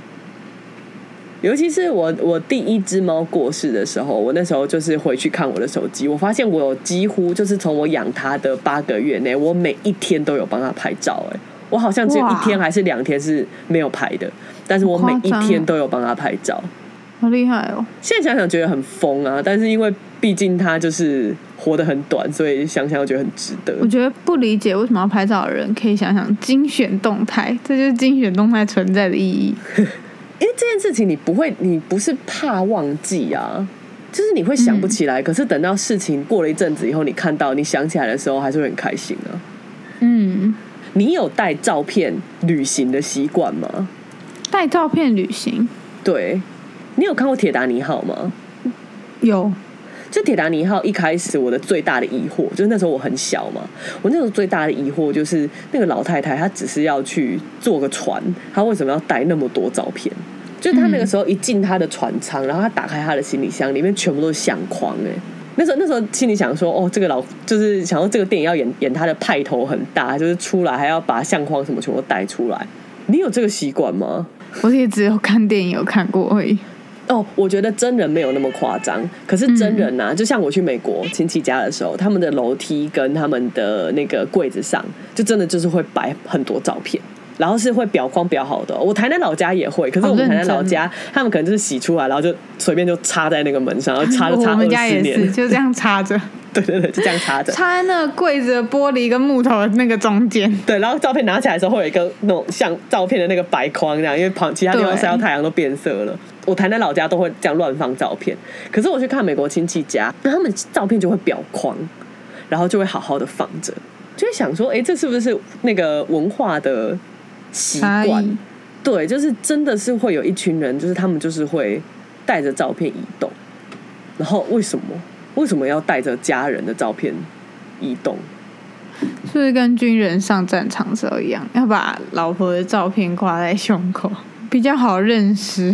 [SPEAKER 3] 尤其是我我第一只猫过世的时候，我那时候就是回去看我的手机，我发现我有几乎就是从我养它的八个月内，我每一天都有帮它拍照、哎，我好像只有一
[SPEAKER 2] 哇
[SPEAKER 3] 天还是两天是没有拍的，但是我每一
[SPEAKER 2] 好夸张哦
[SPEAKER 3] 天都有帮它拍照。
[SPEAKER 2] 好厉害哦！
[SPEAKER 3] 现在想想觉得很疯啊，但是因为毕竟它就是活得很短，所以想想我觉得很值得。
[SPEAKER 2] 我觉得不理解为什么要拍照的人，可以想想精选动态，这就是精选动态存在的意义。
[SPEAKER 3] 因为这件事情你不会，你不是怕忘记啊，就是你会想不起来。可是等到事情过了一阵子以后，你看到你想起来的时候，还是会很开心啊。
[SPEAKER 2] 嗯，
[SPEAKER 3] 你有带照片旅行的习惯吗？
[SPEAKER 2] 带照片旅行
[SPEAKER 3] 对，你有看过《铁达尼号》吗？
[SPEAKER 2] 有，
[SPEAKER 3] 就《铁达尼号》一开始，我的最大的疑惑就是那时候我很小嘛，我那时候最大的疑惑就是那个老太太她只是要去坐个船，她为什么要带那么多照片？就是她那个时候一进她的船舱，然后她打开她的行李箱，里面全部都是相框哎、那时候，那时候心里想说，哦，这个老就是想说这个电影要演演她的派头很大，就是出来还要把相框什么全部带出来。你有这个习惯吗？
[SPEAKER 2] 我也只有看电影有看过而已。
[SPEAKER 3] 哦，我觉得真人没有那么夸张，可是真人呐、就像我去美国亲戚家的时候，他们的楼梯跟他们的那个柜子上，就真的就是会摆很多照片。然后是会裱框裱好的哦、我台南老家也会，可是
[SPEAKER 2] 好
[SPEAKER 3] 我们台
[SPEAKER 2] 哦
[SPEAKER 3] 南
[SPEAKER 2] 认真
[SPEAKER 3] 老家，他们可能就是洗出来，然后就随便就插在那个门上，然后插就
[SPEAKER 2] 哦我
[SPEAKER 3] 插
[SPEAKER 2] 我
[SPEAKER 3] 二
[SPEAKER 2] 们家
[SPEAKER 3] 十
[SPEAKER 2] 也
[SPEAKER 3] 年
[SPEAKER 2] 是，，就这样插着，
[SPEAKER 3] 对对对，就这样插着。
[SPEAKER 2] 插在那个柜子的玻璃跟木头的那个中间。
[SPEAKER 3] 对，然后照片拿起来的时候会有一个那种像照片的那个白框那样，因为旁其他地方晒到太阳都变色了。我台南老家都会这样乱放照片，可是我去看美国亲戚家，那他们照片就会裱框，然后就会好好的放着，就会想说，哎，这是不是那个文化的习
[SPEAKER 2] 差
[SPEAKER 3] 惯
[SPEAKER 2] 异？
[SPEAKER 3] 对，就是真的是会有一群人，就是他们就是会带着照片移动，然后为什么为什么要带着家人的照片移动？
[SPEAKER 2] 是不是跟军人上战场时候一样，要把老婆的照片挂在胸口，比较好认识。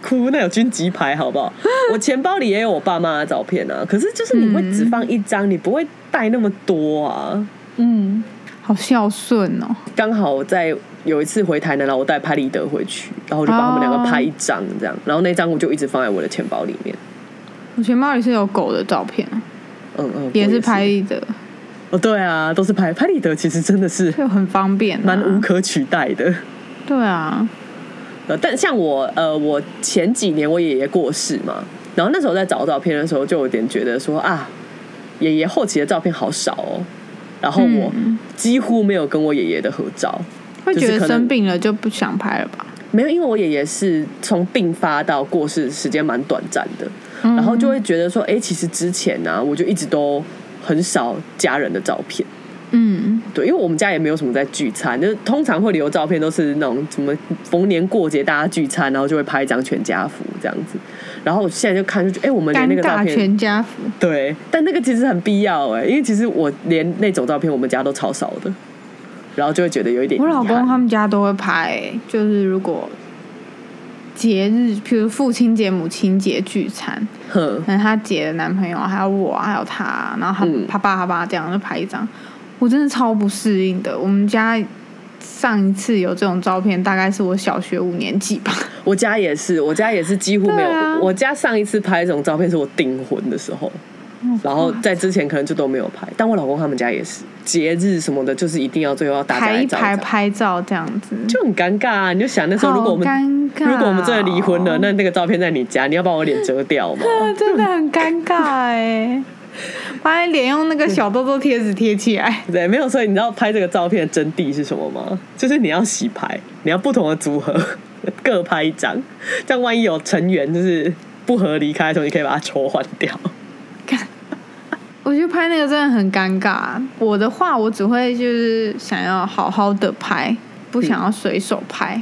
[SPEAKER 3] 哭，那有军籍牌好 不好？我钱包里也有我爸妈的照片啊，可是就是你会只放一张，你不会带那么多啊。
[SPEAKER 2] 嗯，好孝顺哦。
[SPEAKER 3] 刚好我在有一次回台南，然后我带拍立得回去，然后我就帮他们两个拍一张这样，然后那张我就一直放在我的钱包里面。
[SPEAKER 2] 我钱包里是有狗的照片，啊
[SPEAKER 3] 嗯嗯，
[SPEAKER 2] 也
[SPEAKER 3] 我
[SPEAKER 2] 是拍立得，
[SPEAKER 3] 哦，对啊，都是拍拍立得，其实真的是
[SPEAKER 2] 就很方便、啊。
[SPEAKER 3] 蛮无可取代的。
[SPEAKER 2] 对啊，
[SPEAKER 3] 呃，但像我，呃，我前几年我爷爷过世嘛，然后那时候在找照片的时候，就有点觉得说啊，爷爷后期的照片好少哦，然后我
[SPEAKER 2] 嗯
[SPEAKER 3] 几乎没有跟我爷爷的合照，
[SPEAKER 2] 会觉
[SPEAKER 3] 就是可
[SPEAKER 2] 得
[SPEAKER 3] 能
[SPEAKER 2] 生病了就不想拍了吧？
[SPEAKER 3] 没有，因为我爷爷是从病发到过世时间蛮短暂的，
[SPEAKER 2] 嗯
[SPEAKER 3] 然后就会觉得说，哎、其实之前呢、我就一直都很少家人的照片。
[SPEAKER 2] 嗯，
[SPEAKER 3] 对，因为我们家也没有什么在聚餐，就是通常会留照片都是那种什么逢年过节大家聚餐，然后就会拍一张全家福这样子。然后我现在就看就觉得，哎、我们连
[SPEAKER 2] 尴
[SPEAKER 3] 那个照
[SPEAKER 2] 尬
[SPEAKER 3] 片
[SPEAKER 2] 全家福，
[SPEAKER 3] 对，但那个其实很必要哎、因为其实我连那种照片我们家都超少的，然后就会觉得有一点
[SPEAKER 2] 我
[SPEAKER 3] 遗
[SPEAKER 2] 老公
[SPEAKER 3] 憾
[SPEAKER 2] 他们家都会拍，就是如果节日，譬如父亲节、母亲节聚餐，
[SPEAKER 3] 哼
[SPEAKER 2] 可能他姐的男朋友还有我啊，还有他，然后他、
[SPEAKER 3] 嗯
[SPEAKER 2] 他爸他爸这样就拍一张，我真的超不适应的。我们家上一次有这种照片，大概是我小学五年级吧。
[SPEAKER 3] 我家也是，我家也是几乎没有。
[SPEAKER 2] 对啊
[SPEAKER 3] 我家上一次拍这种照片是我订婚的时候，然后在之前可能就都没有拍。但我老公他们家也是，节日什么的，就是一定要最后要大家
[SPEAKER 2] 排
[SPEAKER 3] 来
[SPEAKER 2] 一
[SPEAKER 3] 照
[SPEAKER 2] 排
[SPEAKER 3] 照
[SPEAKER 2] 拍照这样子，
[SPEAKER 3] 就很尴尬啊！你就想那时候如果我
[SPEAKER 2] 好
[SPEAKER 3] 们
[SPEAKER 2] 尴尬哦、
[SPEAKER 3] 如果我们真的离婚了，那那个照片在你家，你要把我脸遮掉吗？
[SPEAKER 2] 啊真的很尴尬哎、把你脸用那个小痘痘贴纸贴起来，
[SPEAKER 3] 对，没有。所以你知道拍这个照片的真谛是什么吗？就是你要洗牌，你要不同的组合 各拍一张，这样万一有成员就是不合离开的时候，你可以把它抽换掉。
[SPEAKER 2] 我觉得拍那个真的很尴尬。我的话，我只会就是想要好好的拍，不想要随手拍，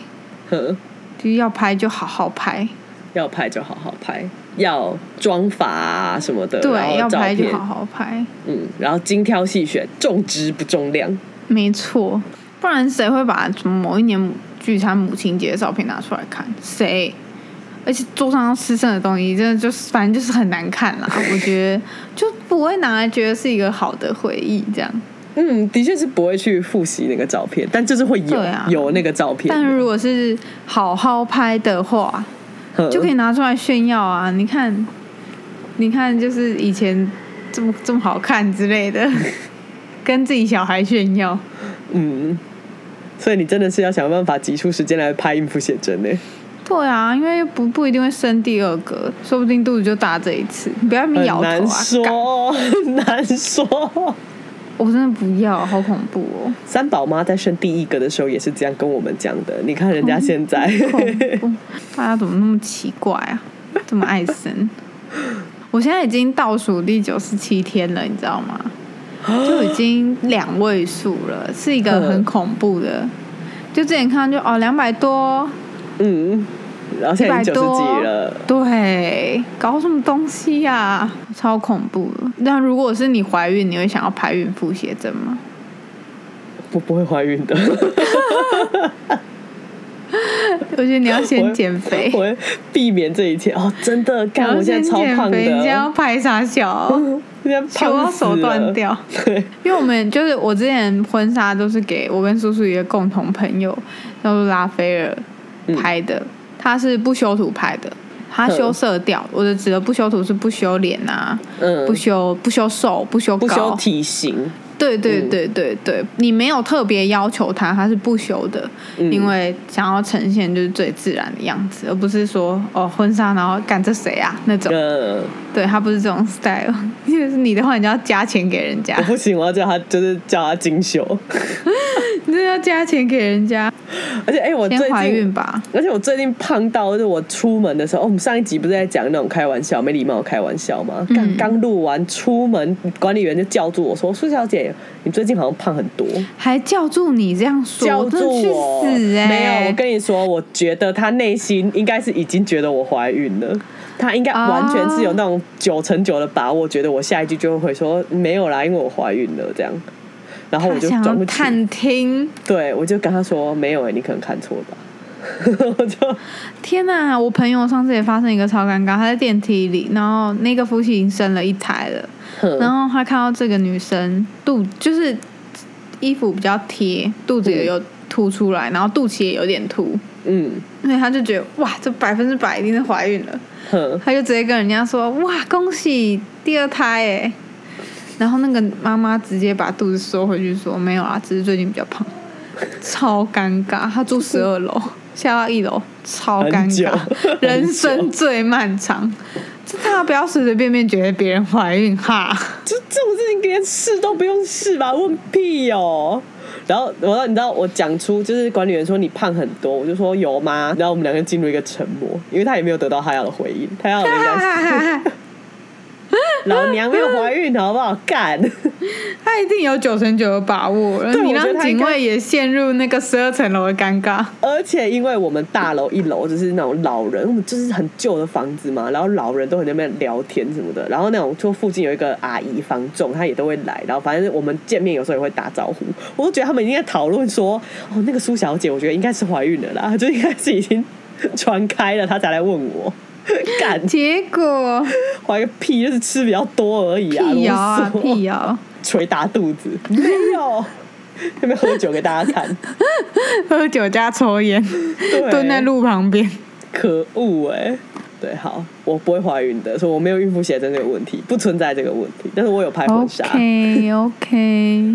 [SPEAKER 3] 哼
[SPEAKER 2] 就是要拍就好好拍，
[SPEAKER 3] 要拍就好好拍，要妆法啊什么的，然后
[SPEAKER 2] 对，要
[SPEAKER 3] 照
[SPEAKER 2] 拍就
[SPEAKER 3] 片
[SPEAKER 2] 好好拍，
[SPEAKER 3] 嗯，然后精挑细选，重质不重量。
[SPEAKER 2] 没错。不然谁会把什么某一年母聚餐母亲节的照片拿出来看？谁？而且桌上吃剩的东西，真的就是反正就是很难看啦。我觉得就不会拿来觉得是一个好的回忆这样。
[SPEAKER 3] 嗯，的确是不会去复习那个照片，但就是会有、
[SPEAKER 2] 对啊
[SPEAKER 3] 有那个照片，
[SPEAKER 2] 但如果是好好拍的话，
[SPEAKER 3] 哼
[SPEAKER 2] 就可以拿出来炫耀啊！你看，你看，就是以前这么这么好看之类的，跟自己小孩炫耀。
[SPEAKER 3] 嗯。所以你真的是要想办法挤出时间来拍应付写真呢。
[SPEAKER 2] 对啊，因为不不一定会生第二个，说不定肚子就大这一次。你不要在那边摇头啊！
[SPEAKER 3] 很难
[SPEAKER 2] 干
[SPEAKER 3] 说，很 难说。
[SPEAKER 2] 我真的不要，好恐怖哦！
[SPEAKER 3] 三宝妈在生第一个的时候也是这样跟我们讲的。你看人家现在，
[SPEAKER 2] 恐怖，大家怎么那么奇怪啊？这么爱生？我现在已经倒数第九十七天了，你知道吗？就已经两位数了，是一个很恐怖的。就之前看到就哦两百多，
[SPEAKER 3] 嗯，然后
[SPEAKER 2] 一
[SPEAKER 3] 现在
[SPEAKER 2] 百
[SPEAKER 3] 已经九十
[SPEAKER 2] 多
[SPEAKER 3] 几了，，
[SPEAKER 2] 对，搞什么东西呀、超恐怖的。那如果是你怀孕，你会想要拍孕妇写真吗？
[SPEAKER 3] 我不会 怀孕的。
[SPEAKER 2] 我觉得你要
[SPEAKER 3] 我
[SPEAKER 2] 先
[SPEAKER 3] 会
[SPEAKER 2] 减肥，
[SPEAKER 3] 我会避免这一切哦，真的，
[SPEAKER 2] 你
[SPEAKER 3] 干
[SPEAKER 2] 要
[SPEAKER 3] 我
[SPEAKER 2] 先
[SPEAKER 3] 现在超
[SPEAKER 2] 减
[SPEAKER 3] 胖的，
[SPEAKER 2] 肥，你现在要拍啥小、
[SPEAKER 3] 现在
[SPEAKER 2] 求
[SPEAKER 3] 胖
[SPEAKER 2] 到
[SPEAKER 3] 死
[SPEAKER 2] 手断
[SPEAKER 3] 了。
[SPEAKER 2] 掉。
[SPEAKER 3] 对，
[SPEAKER 2] 因为我们就是我之前婚纱都是给我跟叔叔一个共同朋友，叫做拉斐尔拍的，他是不修图拍的，他修色调，我的指的不修图是不修脸啊，
[SPEAKER 3] 嗯，
[SPEAKER 2] 不修不修瘦，不修
[SPEAKER 3] 不修
[SPEAKER 2] 高，
[SPEAKER 3] 体嗯型，
[SPEAKER 2] 对对对对对，你没有特别要求他，他是不修的，因
[SPEAKER 3] 嗯
[SPEAKER 2] 为想要呈现就是最自然的样子，而不是说哦婚纱然后干这谁啊那种，
[SPEAKER 3] 嗯，
[SPEAKER 2] 对他不是这种 style，因为是你的话，你就要加钱给人家
[SPEAKER 3] 我。不行，我要叫他，就是叫他精修。
[SPEAKER 2] 你这要加钱给人家，
[SPEAKER 3] 而且，哎、我最
[SPEAKER 2] 先怀
[SPEAKER 3] 近
[SPEAKER 2] 孕，吧。
[SPEAKER 3] 而且我最近胖到，就是我出门的时候，哦我们上一集不是在讲那种开玩笑、没礼貌的开玩笑吗？
[SPEAKER 2] 嗯
[SPEAKER 3] 刚刚录完出门，管理员就叫住我说：“苏小姐，你最近好像胖很多。”
[SPEAKER 2] 还叫住你这样说，
[SPEAKER 3] 叫
[SPEAKER 2] 真的
[SPEAKER 3] 住
[SPEAKER 2] 去
[SPEAKER 3] 我，
[SPEAKER 2] 死哎、
[SPEAKER 3] 没有，我跟你说，我觉得她内心应该是已经觉得我怀孕了，她应该完全是有那种九成九的把握，觉得我下一句就会说没有啦，因为我怀孕了这样。然后我就
[SPEAKER 2] 他想
[SPEAKER 3] 转
[SPEAKER 2] 要
[SPEAKER 3] 过去，
[SPEAKER 2] 探听，
[SPEAKER 3] 对我就跟她说没有哎、你可能看错了吧。 我就
[SPEAKER 2] 天哪、我朋友上次也发生一个超尴尬，他在电梯里，然后那个夫妻已经生了一胎了，然
[SPEAKER 3] 哼
[SPEAKER 2] 后他看到这个女生肚就是衣服比较贴，肚子也有凸出来，然后肚脐也有点凸，
[SPEAKER 3] 嗯
[SPEAKER 2] 所以他就觉得哇，这百分之百一定是怀孕了。
[SPEAKER 3] 哼，
[SPEAKER 2] 他就直接跟人家说：“哇，恭喜第二胎哎！”然后那个妈妈直接把肚子缩回去说：“没有啦，只是最近比较胖。”超尴尬，他住十二 楼，下到一楼，超尴
[SPEAKER 3] 很久
[SPEAKER 2] 尬， 人生最漫长。这大家不要随随便便觉得别人怀孕哈，
[SPEAKER 3] 这这种事情连试都不用试吧？问屁哦！然后我说你知道我讲出就是管理员说你胖很多，我就说有吗？然后我们两个进入一个沉默，因为他也没有得到他要的回应，他要的应该是老娘没有怀孕好不好？干，
[SPEAKER 2] 他一定有九成九的把握了。
[SPEAKER 3] 对
[SPEAKER 2] 你
[SPEAKER 3] 我觉得
[SPEAKER 2] 让
[SPEAKER 3] 他应
[SPEAKER 2] 警
[SPEAKER 3] 该
[SPEAKER 2] 卫也陷入那个十二层楼的尴尬。
[SPEAKER 3] 而且因为我们大楼一楼就是那种老人，我们就是很旧的房子嘛，然后老人都很在那边聊天什么的，然后那种就附近有一个阿姨房仲，她也都会来，然后反正我们见面有时候也会打招呼，我都觉得他们已经在讨论说，哦，那个苏小姐，我觉得应该是怀孕了啦，就 应该是已经传开了，她才来问我。干
[SPEAKER 2] 结 果
[SPEAKER 3] 怀个屁，就是吃比较多而已啊！
[SPEAKER 2] 辟谣啊，
[SPEAKER 3] 啰嗦
[SPEAKER 2] 辟谣，
[SPEAKER 3] 捶打肚子，没有， 有没有喝酒给大家看？
[SPEAKER 2] 喝酒加抽烟，
[SPEAKER 3] 对
[SPEAKER 2] 蹲在路旁 边。
[SPEAKER 3] 可恶哎、对，好，我不会怀孕的，所以我没有孕妇血症这个问题，不存在这个问题。但是我有拍婚纱，哎
[SPEAKER 2] OK OK，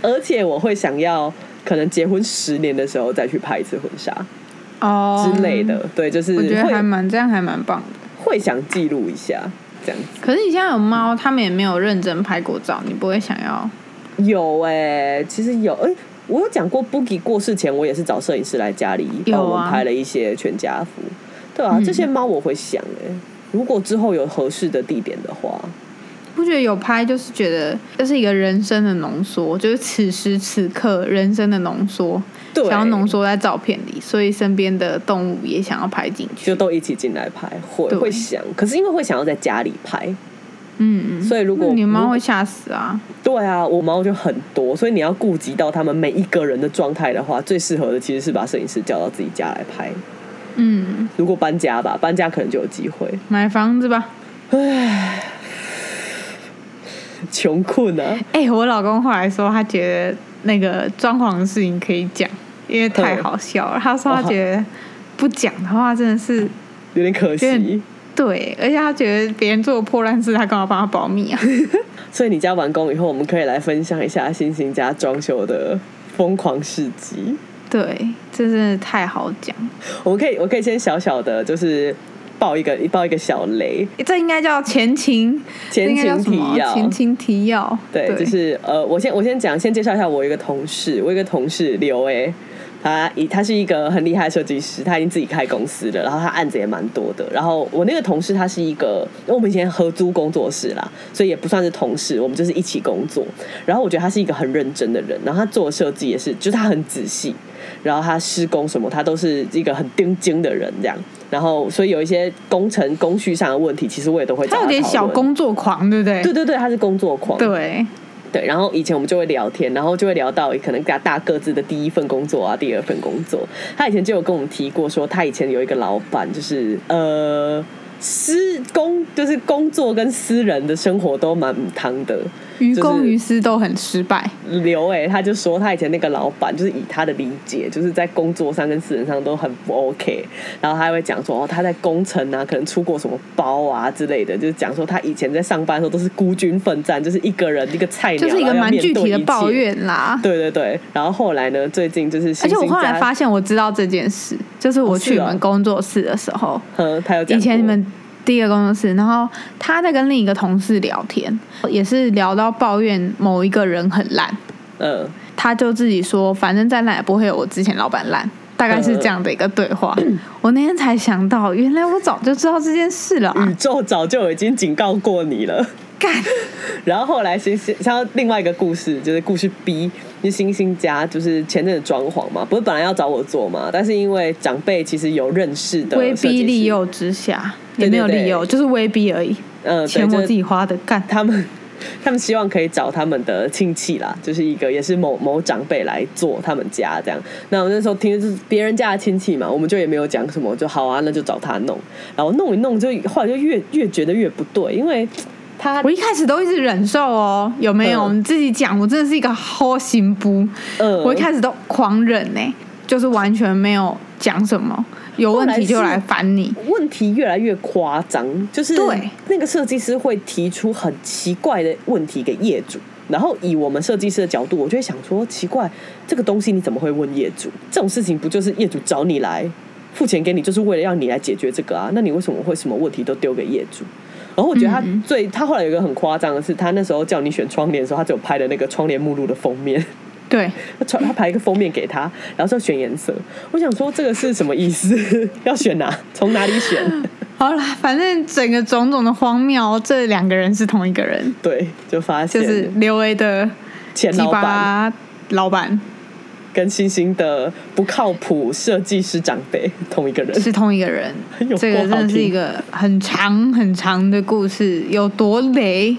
[SPEAKER 3] 而且我会想要可能结婚十年的时候再去拍一次婚纱
[SPEAKER 2] 哦
[SPEAKER 3] 之类，的，对，就是
[SPEAKER 2] 我觉得还
[SPEAKER 3] 会
[SPEAKER 2] 蛮这样，还蛮棒的。
[SPEAKER 3] 会想记录一下这样子。
[SPEAKER 2] 可是你现在有猫，他们也没有认真拍过照，你不会想要？
[SPEAKER 3] 有哎、其实有哎、我有讲过 Boogie 过世前，我也是找摄影师来家里
[SPEAKER 2] 有啊
[SPEAKER 3] 帮我们拍了一些全家福，对啊，
[SPEAKER 2] 嗯
[SPEAKER 3] 这些猫我会想哎、如果之后有合适的地点的话，
[SPEAKER 2] 不觉得有拍就是觉得这是一个人生的浓缩，就是此时此刻人生的浓缩，
[SPEAKER 3] 对，
[SPEAKER 2] 想要浓缩在照片里，所以身边的动物也想要拍进
[SPEAKER 3] 就
[SPEAKER 2] 去。
[SPEAKER 3] 都一起进来拍，会
[SPEAKER 2] 对
[SPEAKER 3] 会想，可是因为会想要在家里拍，
[SPEAKER 2] 嗯，
[SPEAKER 3] 所以如果
[SPEAKER 2] 那你的猫
[SPEAKER 3] 如
[SPEAKER 2] 会吓死啊！
[SPEAKER 3] 对啊，我猫就很多，所以你要顾及到他们每一个人的状态的话，最适合的其实是把摄影师叫到自己家来拍。
[SPEAKER 2] 嗯，
[SPEAKER 3] 如果搬家吧，搬家可能就有机会。
[SPEAKER 2] 买房子吧。
[SPEAKER 3] 穷困 啊，
[SPEAKER 2] 哎、我老公后来说，他觉得那个装潢的事情可以讲，因为太好笑了。他说他觉得不讲的话真的是
[SPEAKER 3] 有点可
[SPEAKER 2] 有点
[SPEAKER 3] 惜。
[SPEAKER 2] 对，而且他觉得别人做的破烂事，他干嘛帮他保密 啊？
[SPEAKER 3] 所以你家完工以后，我们可以来分享一下星星家装修的疯狂事迹。
[SPEAKER 2] 对，这真的太好讲，
[SPEAKER 3] 我们可以，我可以先小小的，就是爆一个爆一个小雷，
[SPEAKER 2] 这应该叫前情，
[SPEAKER 3] 前
[SPEAKER 2] 这应该叫
[SPEAKER 3] 情
[SPEAKER 2] 什么
[SPEAKER 3] 提要
[SPEAKER 2] 前情提要。
[SPEAKER 3] 对，就是呃，我先我先讲，先介绍一下我有一个同事，我有一个同事刘 A，他以他是一个很厉害的设计师，他已经自己开公司了，然后他案子也蛮多的。然后我那个同事他是一个，因为我们以前合租工作室啦，所以也不算是同事，我们就是一起工作。然后我觉得他是一个很认真的人，然后他做的设计也是，就是他很仔细，然后他施工什么，他都是一个很钉钉的人这样。然后所以有一些工程工序上的问题，其实我也都会找
[SPEAKER 2] 他有点
[SPEAKER 3] 讨
[SPEAKER 2] 小
[SPEAKER 3] 论。
[SPEAKER 2] 工作狂，对不对？
[SPEAKER 3] 对对对，他是工作狂，
[SPEAKER 2] 对
[SPEAKER 3] 对，然后以前我们就会聊天，然后就会聊到可能大大各自的第一份工作啊，第二份工作。他以前就有跟我们提过说，他以前有一个老板，就是呃私工，就是工作跟私人的生活都蛮汤的。
[SPEAKER 2] 于公
[SPEAKER 3] 就是
[SPEAKER 2] 于私都很失败。
[SPEAKER 3] 刘哎、他就说他以前那个老板，就是以他的理解，就是在工作上跟私人上都很不 OK。然后他还会讲说，哦，他在工程啊，可能出过什么包啊之类的，就是讲说他以前在上班的时候都是孤军奋战，就是一个人一个菜鸟，
[SPEAKER 2] 就是一个
[SPEAKER 3] 然后要
[SPEAKER 2] 蛮
[SPEAKER 3] 面
[SPEAKER 2] 具
[SPEAKER 3] 对
[SPEAKER 2] 体的
[SPEAKER 3] 一切
[SPEAKER 2] 抱怨啦，
[SPEAKER 3] 对对对，然后后来呢，最近就是
[SPEAKER 2] 而
[SPEAKER 3] 星
[SPEAKER 2] 且我
[SPEAKER 3] 星
[SPEAKER 2] 后来
[SPEAKER 3] 家
[SPEAKER 2] 发现，我知道这件事，就是我
[SPEAKER 3] 哦
[SPEAKER 2] 去
[SPEAKER 3] 是
[SPEAKER 2] 你
[SPEAKER 3] 哦
[SPEAKER 2] 们工作室的时候，
[SPEAKER 3] 嗯，他有讲
[SPEAKER 2] 以前你
[SPEAKER 3] 过
[SPEAKER 2] 们第一个工作室，然后他在跟另一个同事聊天，也是聊到抱怨某一个人很烂，
[SPEAKER 3] 嗯，
[SPEAKER 2] 他就自己说，反正再烂也不会有我之前老板烂。大概是这样的一个对话，
[SPEAKER 3] 嗯
[SPEAKER 2] 我那天才想到，原来我早就知道这件事了、啊
[SPEAKER 3] 宇。宙早就已经警告过你了。
[SPEAKER 2] 干，
[SPEAKER 3] 然后后来星星，然后另外一个故事就是故事 B，就星星家就是前阵子装潢嘛，不是本来要找我做嘛，但是因为长辈其实有认识的
[SPEAKER 2] 威
[SPEAKER 3] 设
[SPEAKER 2] 逼
[SPEAKER 3] 计
[SPEAKER 2] 利
[SPEAKER 3] 师，
[SPEAKER 2] 诱之下，也
[SPEAKER 3] 对对
[SPEAKER 2] 没有
[SPEAKER 3] 对
[SPEAKER 2] 利诱，就是威逼而已。
[SPEAKER 3] 嗯，对
[SPEAKER 2] 钱
[SPEAKER 3] 就
[SPEAKER 2] 我
[SPEAKER 3] 是
[SPEAKER 2] 自己花的，干。
[SPEAKER 3] 他们 他们希望可以找他们的亲戚啦，就是一个也是某某长辈来做他们家这样。那我那时候听就是别人家的亲戚嘛，我们就也没有讲什么，就好啊，那就找他弄。然后弄一弄就后来就越越觉得越不对，因为他
[SPEAKER 2] 我一开始都一直忍受哦，有没有？
[SPEAKER 3] 嗯
[SPEAKER 2] 你自己讲，我真的是一个好行不？
[SPEAKER 3] 嗯
[SPEAKER 2] 我一开始都狂忍呢、就是完全没有讲什么，有问题就来烦你。
[SPEAKER 3] 问题越来越夸张，就是
[SPEAKER 2] 对
[SPEAKER 3] 那个设计师会提出很奇怪的问题给业主。然后以我们设计师的角度，我就会想说，奇怪，这个东西你怎么会问业主？这种事情不就是业主找你来付钱给你，就是为了让你来解决这个啊？那你为什么会什么问题都丢给业主？然后我觉得他
[SPEAKER 2] 嗯
[SPEAKER 3] 最，他后来有一个很夸张的是，他那时候叫你选窗帘的时候，他只有拍了那个窗帘目录的封面。
[SPEAKER 2] 对，
[SPEAKER 3] 他传他排一个封面给他，然后说选颜色。我想说这个是什么意思？ 要选哪？从哪里选？
[SPEAKER 2] 好啦，反正整个种种的荒谬，这两个人是同一个人，
[SPEAKER 3] 对，就发现
[SPEAKER 2] 就是刘维的
[SPEAKER 3] 前
[SPEAKER 2] 鸡
[SPEAKER 3] 老板
[SPEAKER 2] 巴老板
[SPEAKER 3] 跟星星的不靠谱设计师长辈同一个人，
[SPEAKER 2] 是同一个人
[SPEAKER 3] 有，
[SPEAKER 2] 这个
[SPEAKER 3] 够
[SPEAKER 2] 真
[SPEAKER 3] 好
[SPEAKER 2] 的是
[SPEAKER 3] 听
[SPEAKER 2] 一个很长很长的故事，有多雷，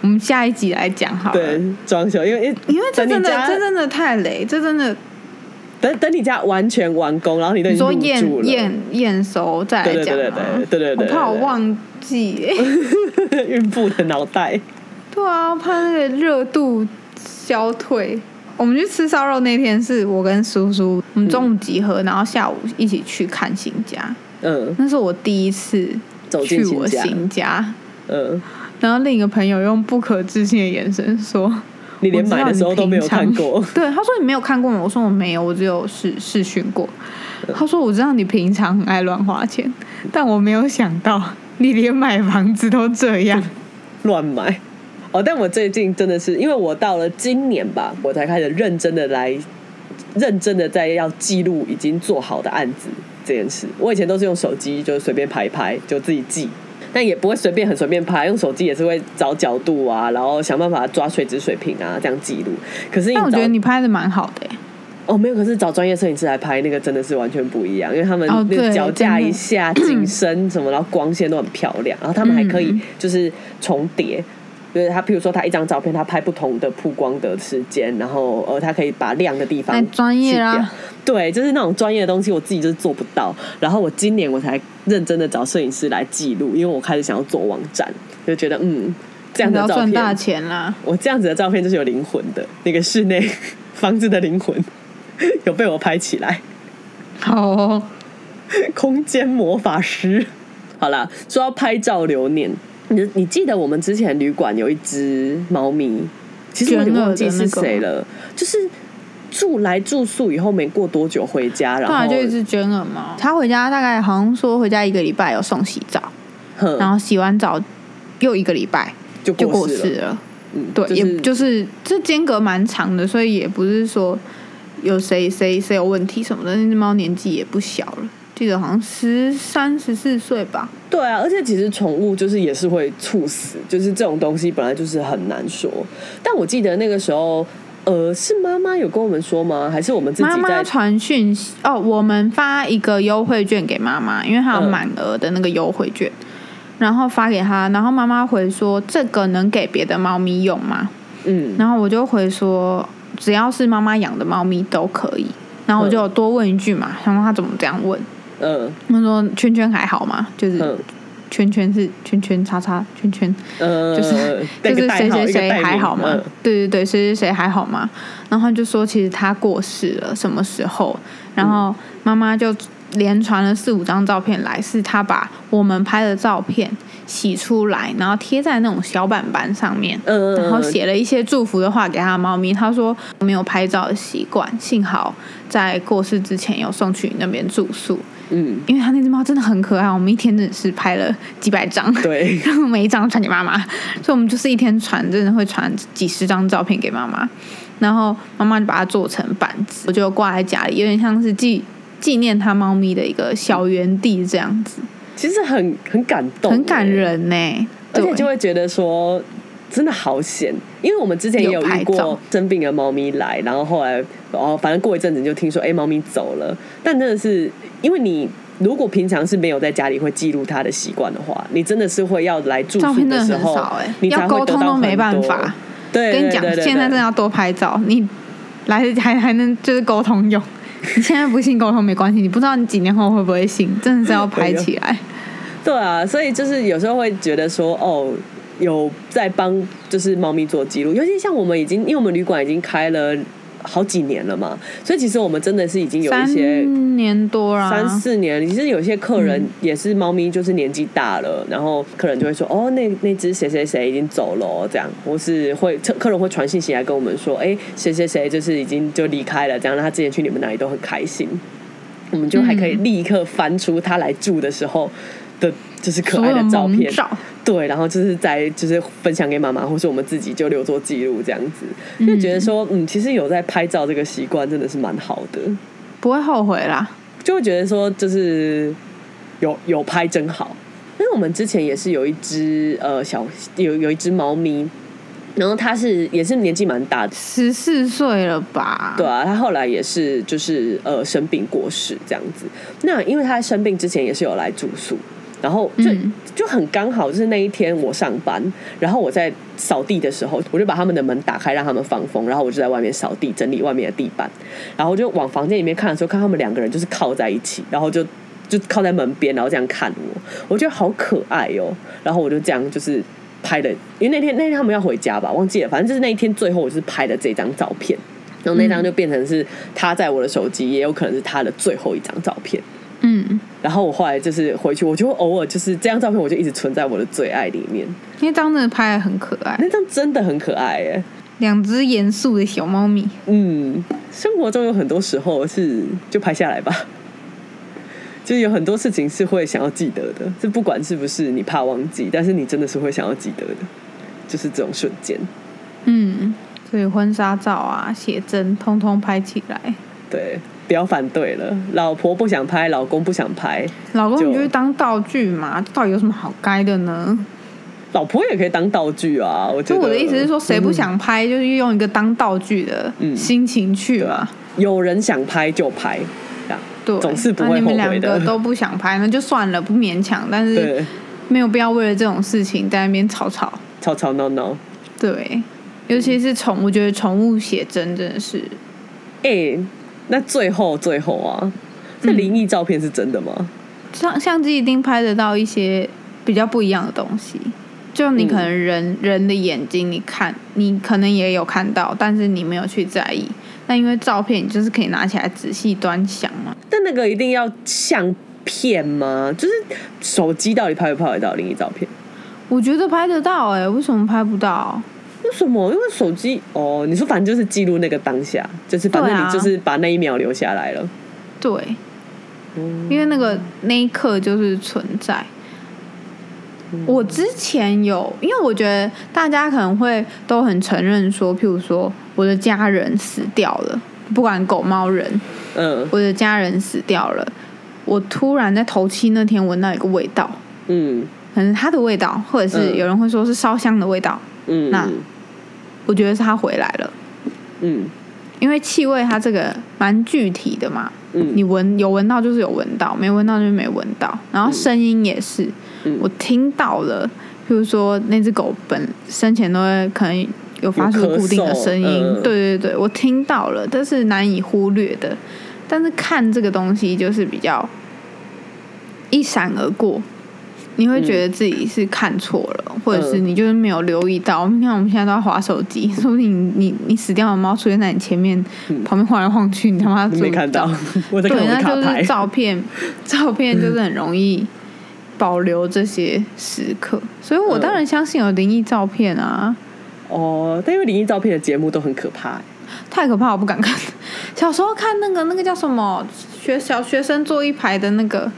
[SPEAKER 2] 我们下一集来讲好了。
[SPEAKER 3] 对，装修，因为
[SPEAKER 2] 因为这
[SPEAKER 3] 等
[SPEAKER 2] 真
[SPEAKER 3] 你
[SPEAKER 2] 的
[SPEAKER 3] 家
[SPEAKER 2] 这真的太雷，这真的
[SPEAKER 3] 等等你家完全完工，然后你都已
[SPEAKER 2] 你
[SPEAKER 3] 经
[SPEAKER 2] 说
[SPEAKER 3] 入住
[SPEAKER 2] 验
[SPEAKER 3] 了，
[SPEAKER 2] 验验收再来讲
[SPEAKER 3] 对对
[SPEAKER 2] 吗
[SPEAKER 3] 对对对对对对
[SPEAKER 2] 我怕我忘记、 欸
[SPEAKER 3] 孕妇的脑袋，
[SPEAKER 2] 对啊，我怕那个热度消退。我们去吃烧肉那天是我跟叔叔，我们中午集合，然后下午一起去看新家。
[SPEAKER 3] 嗯
[SPEAKER 2] 那是我第一次
[SPEAKER 3] 走进
[SPEAKER 2] 去
[SPEAKER 3] 新
[SPEAKER 2] 我
[SPEAKER 3] 家
[SPEAKER 2] 新家，
[SPEAKER 3] 嗯，
[SPEAKER 2] 然后另一个朋友用不可置信的眼神说
[SPEAKER 3] 你连买的时候都没有看过，：“
[SPEAKER 2] 对，他说你没有看过吗？”我说：“我没有，我只有试试训过。”
[SPEAKER 3] 嗯
[SPEAKER 2] 他说：“我知道你平常很爱乱花钱，但我没有想到你连买房子都这 样。
[SPEAKER 3] 乱买。哦，但我最近真的是，因为我到了今年吧，我才开始认真的来，认真的在要记录已经做好的案子这件事。我以前都是用手机，就是随便拍一拍，就自己记，但也不会随便很随便拍，用手机也是会找角度啊，然后想办法抓垂直水平啊，这样记录。可是”你
[SPEAKER 2] 但我觉
[SPEAKER 3] 找
[SPEAKER 2] 得你拍的蛮好的欸、
[SPEAKER 3] 哦，没有，可是找专业摄影师来拍那个真的是完全不一样，因为他们
[SPEAKER 2] 哦
[SPEAKER 3] 那个
[SPEAKER 2] 对
[SPEAKER 3] 脚架
[SPEAKER 2] 真的
[SPEAKER 3] 一下、景深什么，然后光线都很漂亮，然后他们还可以
[SPEAKER 2] 嗯
[SPEAKER 3] 就是重叠。就是他，譬如说他一张照片，他拍不同的曝光的时间，然后呃，他可以把亮的地方
[SPEAKER 2] 太专业啊
[SPEAKER 3] 去掉
[SPEAKER 2] 啦。
[SPEAKER 3] 对，就是那种专业的东西，我自己就是做不到。然后我今年我才认真的找摄影师来记录，因为我开始想要做网站，就觉得嗯，这样
[SPEAKER 2] 你
[SPEAKER 3] 的
[SPEAKER 2] 要
[SPEAKER 3] 照
[SPEAKER 2] 赚
[SPEAKER 3] 片
[SPEAKER 2] 大钱 啦！
[SPEAKER 3] 我这样子的照片就是有灵魂的，那个室内 房子的灵魂有被我拍起来，
[SPEAKER 2] 好、哦，
[SPEAKER 3] 空间魔法师。好啦，说到拍照留念，你你记得我们之前旅馆有一只猫咪，其实我有点忘记是谁了，就是住来住宿以后没过多久回家，然
[SPEAKER 2] 对啊，
[SPEAKER 3] 后
[SPEAKER 2] 就一只捐耳猫。他回家大概好像说回家一个礼拜有送洗澡，
[SPEAKER 3] 哼
[SPEAKER 2] 然后洗完澡又一个礼拜
[SPEAKER 3] 就
[SPEAKER 2] 就过
[SPEAKER 3] 世
[SPEAKER 2] 世
[SPEAKER 3] 了，
[SPEAKER 2] 了。
[SPEAKER 3] 嗯，
[SPEAKER 2] 对，也
[SPEAKER 3] 是
[SPEAKER 2] 就是这间隔蛮长的，所以也不是说有谁谁谁有问题什么的。那只猫年纪也不小了，记得好像十三十四岁吧。
[SPEAKER 3] 对啊，而且其实宠物就是也是会猝死，就是这种东西本来就是很难说。但我记得那个时候，呃，是妈妈有跟我们说吗？还是我们自己
[SPEAKER 2] 妈妈
[SPEAKER 3] 在？
[SPEAKER 2] 传讯息哦，我们发一个优惠券给妈妈，因为她有
[SPEAKER 3] 嗯
[SPEAKER 2] 满额的那个优惠券，然后发给她，然后妈妈回说这个能给别的猫咪用吗？
[SPEAKER 3] 嗯，
[SPEAKER 2] 然后我就回说，只要是妈妈养的猫咪都可以。然后我就有多问一句嘛，想说他怎么这样问？
[SPEAKER 3] 嗯
[SPEAKER 2] 他说圈圈还好吗？就是
[SPEAKER 3] 嗯
[SPEAKER 2] 圈圈是圈圈叉叉圈圈，
[SPEAKER 3] 呃，
[SPEAKER 2] 就是
[SPEAKER 3] 那
[SPEAKER 2] 就
[SPEAKER 3] 个
[SPEAKER 2] 是
[SPEAKER 3] 代
[SPEAKER 2] 谁
[SPEAKER 3] 号
[SPEAKER 2] 谁
[SPEAKER 3] 一个
[SPEAKER 2] 谁
[SPEAKER 3] 代
[SPEAKER 2] 还
[SPEAKER 3] 名
[SPEAKER 2] 好吗？
[SPEAKER 3] 嗯
[SPEAKER 2] 对对对，谁谁谁还好吗？然后他就说其实他过世了，什么时候？然后妈妈就连传了四五张照片来，是他把我们拍的照片洗出来，然后贴在那种小板板上面，
[SPEAKER 3] 嗯嗯
[SPEAKER 2] 然后
[SPEAKER 3] 嗯
[SPEAKER 2] 写了一些祝福的话给他的猫咪。他说没有拍照的习惯，幸好在过世之前有送去你那边住宿，
[SPEAKER 3] 嗯，
[SPEAKER 2] 因为他那只猫真的很可爱，我们一天真的是拍了几百张。
[SPEAKER 3] 对，
[SPEAKER 2] 然 后每一张都传给妈妈，所以我们就是一天传，真的会传几十张照片给妈妈，然后妈妈就把它做成板子，我就挂在家里，有点像是纪纪念它猫咪的一个小园地这样子，
[SPEAKER 3] 其实很很感动，
[SPEAKER 2] 很感
[SPEAKER 3] 欸
[SPEAKER 2] 人呢、
[SPEAKER 3] 而
[SPEAKER 2] 对，
[SPEAKER 3] 且就会觉得说，真的好险，因为我们之前也有
[SPEAKER 2] 有拍
[SPEAKER 3] 遇过
[SPEAKER 2] 照
[SPEAKER 3] 生病的猫咪来，然后后来哦，反正过一阵子你就听说，哎、猫咪走了。但真的是因为你如果平常是没有在家里会记录它的习惯的话，你真的是会要来住
[SPEAKER 2] 照
[SPEAKER 3] 宿
[SPEAKER 2] 片真的
[SPEAKER 3] 的时
[SPEAKER 2] 很
[SPEAKER 3] 候，
[SPEAKER 2] 少哎、
[SPEAKER 3] 你才
[SPEAKER 2] 要
[SPEAKER 3] 会
[SPEAKER 2] 沟
[SPEAKER 3] 得
[SPEAKER 2] 通
[SPEAKER 3] 到
[SPEAKER 2] 都没
[SPEAKER 3] 很
[SPEAKER 2] 办
[SPEAKER 3] 多
[SPEAKER 2] 法。。
[SPEAKER 3] 对，
[SPEAKER 2] 跟你
[SPEAKER 3] 对
[SPEAKER 2] 讲
[SPEAKER 3] 对，对
[SPEAKER 2] 现在真的
[SPEAKER 3] 对
[SPEAKER 2] 要多拍照，你来还还能就是沟通用。 你现在不信沟通没关系，你不知道你几年后会不会信，真的是要拍起来。
[SPEAKER 3] 对啊，所以就是有时候会觉得说，哦，有在帮就是猫咪做记录，尤其像我们已经，因为我们旅馆已经开了好几年了嘛，所以其实我们真的是已经有一些
[SPEAKER 2] 三年多啊啦，
[SPEAKER 3] 三四年，其实有些客人
[SPEAKER 2] 嗯
[SPEAKER 3] 也是猫咪，就是年纪大了，然后客人就会说，哦，那那只谁谁谁已经走了哦，这样，或是会客客人会传信息来跟我们说，哎，谁谁谁就是已经就离开了，这样，那他之前去你们那里都很开心，我们就还可以
[SPEAKER 2] 嗯
[SPEAKER 3] 立刻翻出他来住的时候的，就是可
[SPEAKER 2] 所
[SPEAKER 3] 爱
[SPEAKER 2] 有
[SPEAKER 3] 的照
[SPEAKER 2] 萌
[SPEAKER 3] 片，
[SPEAKER 2] 照，
[SPEAKER 3] 对，然后就是在就是分享给妈妈，或是我们自己就留作记录这样子，就觉得说，嗯，其实有在拍照这个习惯真的是蛮好的，
[SPEAKER 2] 不会后悔啦。
[SPEAKER 3] 就会觉得说就是有有拍真好。因为我们之前也是有一只呃小有有一只猫咪，然后它是也是年纪蛮大的，
[SPEAKER 2] 十四岁了吧？
[SPEAKER 3] 对啊，他后来也是就是呃生病过世这样子。那因为他在生病之前也是有来住宿，然后就、
[SPEAKER 2] 嗯
[SPEAKER 3] 就很刚好就是那一天我上班，然后我在扫地的时候，我就把他们的门打开让他们放风，然后我就在外面扫地整理外面的地板，然后就往房间里面看的时候，看他们两个人就是靠在一起，然后就。就靠在门边，然后这样看我，我觉得好可爱哦、然后我就这样就是拍的，因为那天那天他们要回家吧，忘记了，反正就是那一天最后我就是拍的这张照片。然后那张就变成是他在我的手机，也有可能是他的最后一张照片。
[SPEAKER 2] 嗯，
[SPEAKER 3] 然后我后来就是回去，我就偶尔就是这张照片，我就一直存在我的最爱里面。
[SPEAKER 2] 因为当真的拍的很可爱，
[SPEAKER 3] 那张真的很可爱耶，
[SPEAKER 2] 两只严肃的小猫咪。
[SPEAKER 3] 嗯，生活中有很多时候是就拍下来吧， 就是有很多事情是会想要记得的，这不管是不是你怕忘记，但是你真的是会想要记得的，就是这种瞬间。
[SPEAKER 2] 嗯，所以婚纱照啊、写真，通通拍起来。
[SPEAKER 3] 对，不要反对了，老婆不想拍，老公不想拍，
[SPEAKER 2] 老公，
[SPEAKER 3] 就
[SPEAKER 2] 你就是当道具嘛，到底有什么好该的呢？
[SPEAKER 3] 老婆也可以当道具啊。我
[SPEAKER 2] 就
[SPEAKER 3] 觉得
[SPEAKER 2] 我的意思是说，谁不想拍，就是用一个当道具的
[SPEAKER 3] 嗯
[SPEAKER 2] 心情去嘛。
[SPEAKER 3] 有人想拍就拍，这样
[SPEAKER 2] 对，
[SPEAKER 3] 啊总是不
[SPEAKER 2] 那
[SPEAKER 3] 会
[SPEAKER 2] 你
[SPEAKER 3] 后
[SPEAKER 2] 们
[SPEAKER 3] 悔
[SPEAKER 2] 两
[SPEAKER 3] 的
[SPEAKER 2] 个。都不想拍，那就算了，不勉强，但是
[SPEAKER 3] 对，
[SPEAKER 2] 没有必要为了这种事情在那边吵吵。
[SPEAKER 3] 吵吵闹闹。
[SPEAKER 2] 对，尤其是宠，我觉得宠物写真真的是
[SPEAKER 3] 哎、那最后最后啊，这
[SPEAKER 2] 嗯
[SPEAKER 3] 灵异照片是真的吗？
[SPEAKER 2] 相相机一定拍得到一些比较不一样的东西。就你
[SPEAKER 3] 嗯
[SPEAKER 2] 可能人、人的眼睛，你看，你可能也有看到，但是你没有去在意。那因为照片，你就是可以拿起来仔细端详嘛。
[SPEAKER 3] 但那个一定要相片吗？就是手机到底拍不拍得到灵异照片？
[SPEAKER 2] 我觉得拍得到哎、为什么拍不到？
[SPEAKER 3] 为什么？因为手机哦，你说反正就是记录那个当下，就是反
[SPEAKER 2] 对
[SPEAKER 3] 正
[SPEAKER 2] 啊
[SPEAKER 3] 你就是把那一秒留下来了。
[SPEAKER 2] 对，
[SPEAKER 3] 嗯
[SPEAKER 2] 因为那个那一刻就是存在。我之前有，因为我觉得大家可能会都很承认说，譬如说我的家人死掉了，不管狗猫人，
[SPEAKER 3] 嗯
[SPEAKER 2] 我的家人死掉了，我突然在头七那天闻到一个味道，
[SPEAKER 3] 嗯
[SPEAKER 2] 可能是它的味道，或者是
[SPEAKER 3] 嗯
[SPEAKER 2] 有人会说是烧香的味道，
[SPEAKER 3] 嗯
[SPEAKER 2] 那我觉得是它回来了，
[SPEAKER 3] 嗯
[SPEAKER 2] 因为气味它这个蛮具体的嘛，
[SPEAKER 3] 嗯
[SPEAKER 2] 你闻有闻到就是有闻到，没闻到就是没闻到。然后声音也是，
[SPEAKER 3] 嗯
[SPEAKER 2] 我听到了，譬如说那只狗本生前都会可能有发出
[SPEAKER 3] 有咳嗽
[SPEAKER 2] 固定的声音，
[SPEAKER 3] 嗯
[SPEAKER 2] 对对对，我听到了，但是难以忽略的。但是看这个东西就是比较一闪而过，你会觉得自己是看错了，或者是
[SPEAKER 3] 嗯
[SPEAKER 2] 你就是没有留意到。你看我们现在都在划手机，说不定你你你死掉的猫出现在你前面，
[SPEAKER 3] 嗯
[SPEAKER 2] 旁边晃来晃去，你他妈
[SPEAKER 3] 你
[SPEAKER 2] 做
[SPEAKER 3] 没
[SPEAKER 2] 不
[SPEAKER 3] 看到， 我在看
[SPEAKER 2] 对，
[SPEAKER 3] 我的
[SPEAKER 2] 那
[SPEAKER 3] 卡
[SPEAKER 2] 就
[SPEAKER 3] 牌
[SPEAKER 2] 是。照 片，照片就是很容易保留这些时刻，所以我当然
[SPEAKER 3] 嗯
[SPEAKER 2] 相信有灵异照片啊，
[SPEAKER 3] 哦，但因为灵异照片的节目都很可怕、欸
[SPEAKER 2] 太可怕，我不敢看。 小时候看那个那个叫什么学小学生坐一排的那个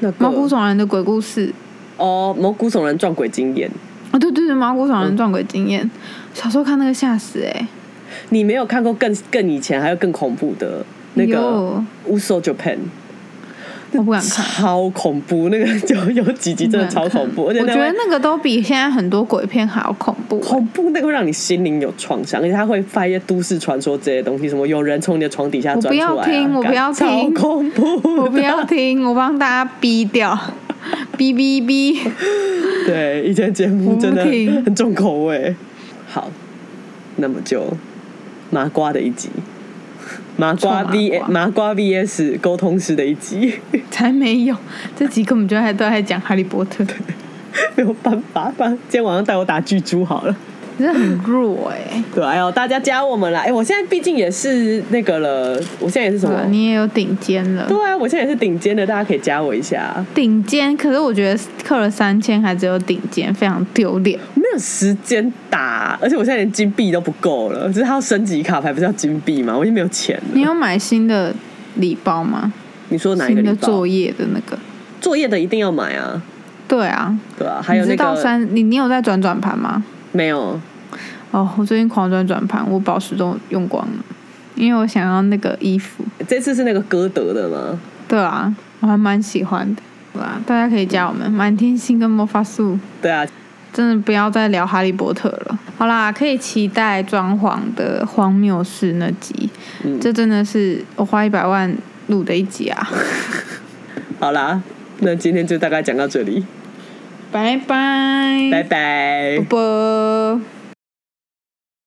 [SPEAKER 3] 那
[SPEAKER 2] 《
[SPEAKER 3] 个
[SPEAKER 2] 毛骨悚然的鬼故事》
[SPEAKER 3] 哦，毛骨悚然撞鬼经验，
[SPEAKER 2] 啊，对对对，《毛骨
[SPEAKER 3] 嗯
[SPEAKER 2] 悚然撞鬼经验》，小时候看那个吓死哎、
[SPEAKER 3] 你没有看过更更以前还有更恐怖的那个
[SPEAKER 2] 有
[SPEAKER 3] 《Uso Japan》，
[SPEAKER 2] 我不敢看。
[SPEAKER 3] 超恐怖，那个有有几集
[SPEAKER 2] 不
[SPEAKER 3] 真的
[SPEAKER 2] 敢
[SPEAKER 3] 超恐怖，而
[SPEAKER 2] 看
[SPEAKER 3] 且
[SPEAKER 2] 我
[SPEAKER 3] 那
[SPEAKER 2] 觉得
[SPEAKER 3] 会
[SPEAKER 2] 那个都比现在很多鬼片还要恐怖、
[SPEAKER 3] 恐怖那个会让你心灵有创伤，而且它会发一些都市传说这些东西，什么有人从你的床底下
[SPEAKER 2] 我
[SPEAKER 3] 钻
[SPEAKER 2] 不
[SPEAKER 3] 出来、啊，
[SPEAKER 2] 要听我不
[SPEAKER 3] 干
[SPEAKER 2] 要听
[SPEAKER 3] 超恐怖，
[SPEAKER 2] 我不要。听，我帮大家逼 掉，逼逼逼。
[SPEAKER 3] 对，以前节
[SPEAKER 2] 我
[SPEAKER 3] 目
[SPEAKER 2] 不
[SPEAKER 3] 真的
[SPEAKER 2] 听
[SPEAKER 3] 很重口味。好，那么就麻瓜的一集，麻瓜
[SPEAKER 2] 臭麻
[SPEAKER 3] V
[SPEAKER 2] 瓜
[SPEAKER 3] 麻瓜 VS 沟通师的一集。
[SPEAKER 2] 才没有，这集根本就还都在讲哈利波特，
[SPEAKER 3] 没有办法，不然今天晚上带我打巨猪好了。
[SPEAKER 2] 真的很弱哎、
[SPEAKER 3] 对，哎呦，大家加我们啦！哎、我现在毕竟也是那个了，我现在也是什么？
[SPEAKER 2] 对啊你也有顶尖了，
[SPEAKER 3] 对啊，我现在也是顶尖的，大家可以加我一下。
[SPEAKER 2] 顶尖。可是我觉得刻了三千还只有顶尖，非常丢 脸。
[SPEAKER 3] 没有时间打，而且我现在连金币都不够了，就是他要升级卡牌，不是要金币吗？我已经没有钱了。
[SPEAKER 2] 你有买新的礼包吗？
[SPEAKER 3] 你说哪一
[SPEAKER 2] 新
[SPEAKER 3] 个礼
[SPEAKER 2] 的
[SPEAKER 3] 包？
[SPEAKER 2] 作业的那个，
[SPEAKER 3] 作业的一定要买啊！
[SPEAKER 2] 对啊，
[SPEAKER 3] 对啊，还有
[SPEAKER 2] 你
[SPEAKER 3] 那
[SPEAKER 2] 知道
[SPEAKER 3] 个
[SPEAKER 2] 三，你你有在转转盘吗？
[SPEAKER 3] 没有，
[SPEAKER 2] 哦，我最近狂转转盘，我宝石都用光了，因为我想要那个衣服。
[SPEAKER 3] 这次是那个歌德的吗？
[SPEAKER 2] 对啊，我还蛮喜欢的。对啊，大家可以加我们满天星跟魔法素。
[SPEAKER 3] 对啊，
[SPEAKER 2] 真的不要再聊哈利波特了。好啦，可以期待装潢的荒谬事那集。
[SPEAKER 3] 嗯
[SPEAKER 2] 这真的是我花一百万录的一集啊！
[SPEAKER 3] 好啦，那今天就大概讲到这里，
[SPEAKER 2] 拜拜，
[SPEAKER 3] 拜拜。
[SPEAKER 2] 拜拜。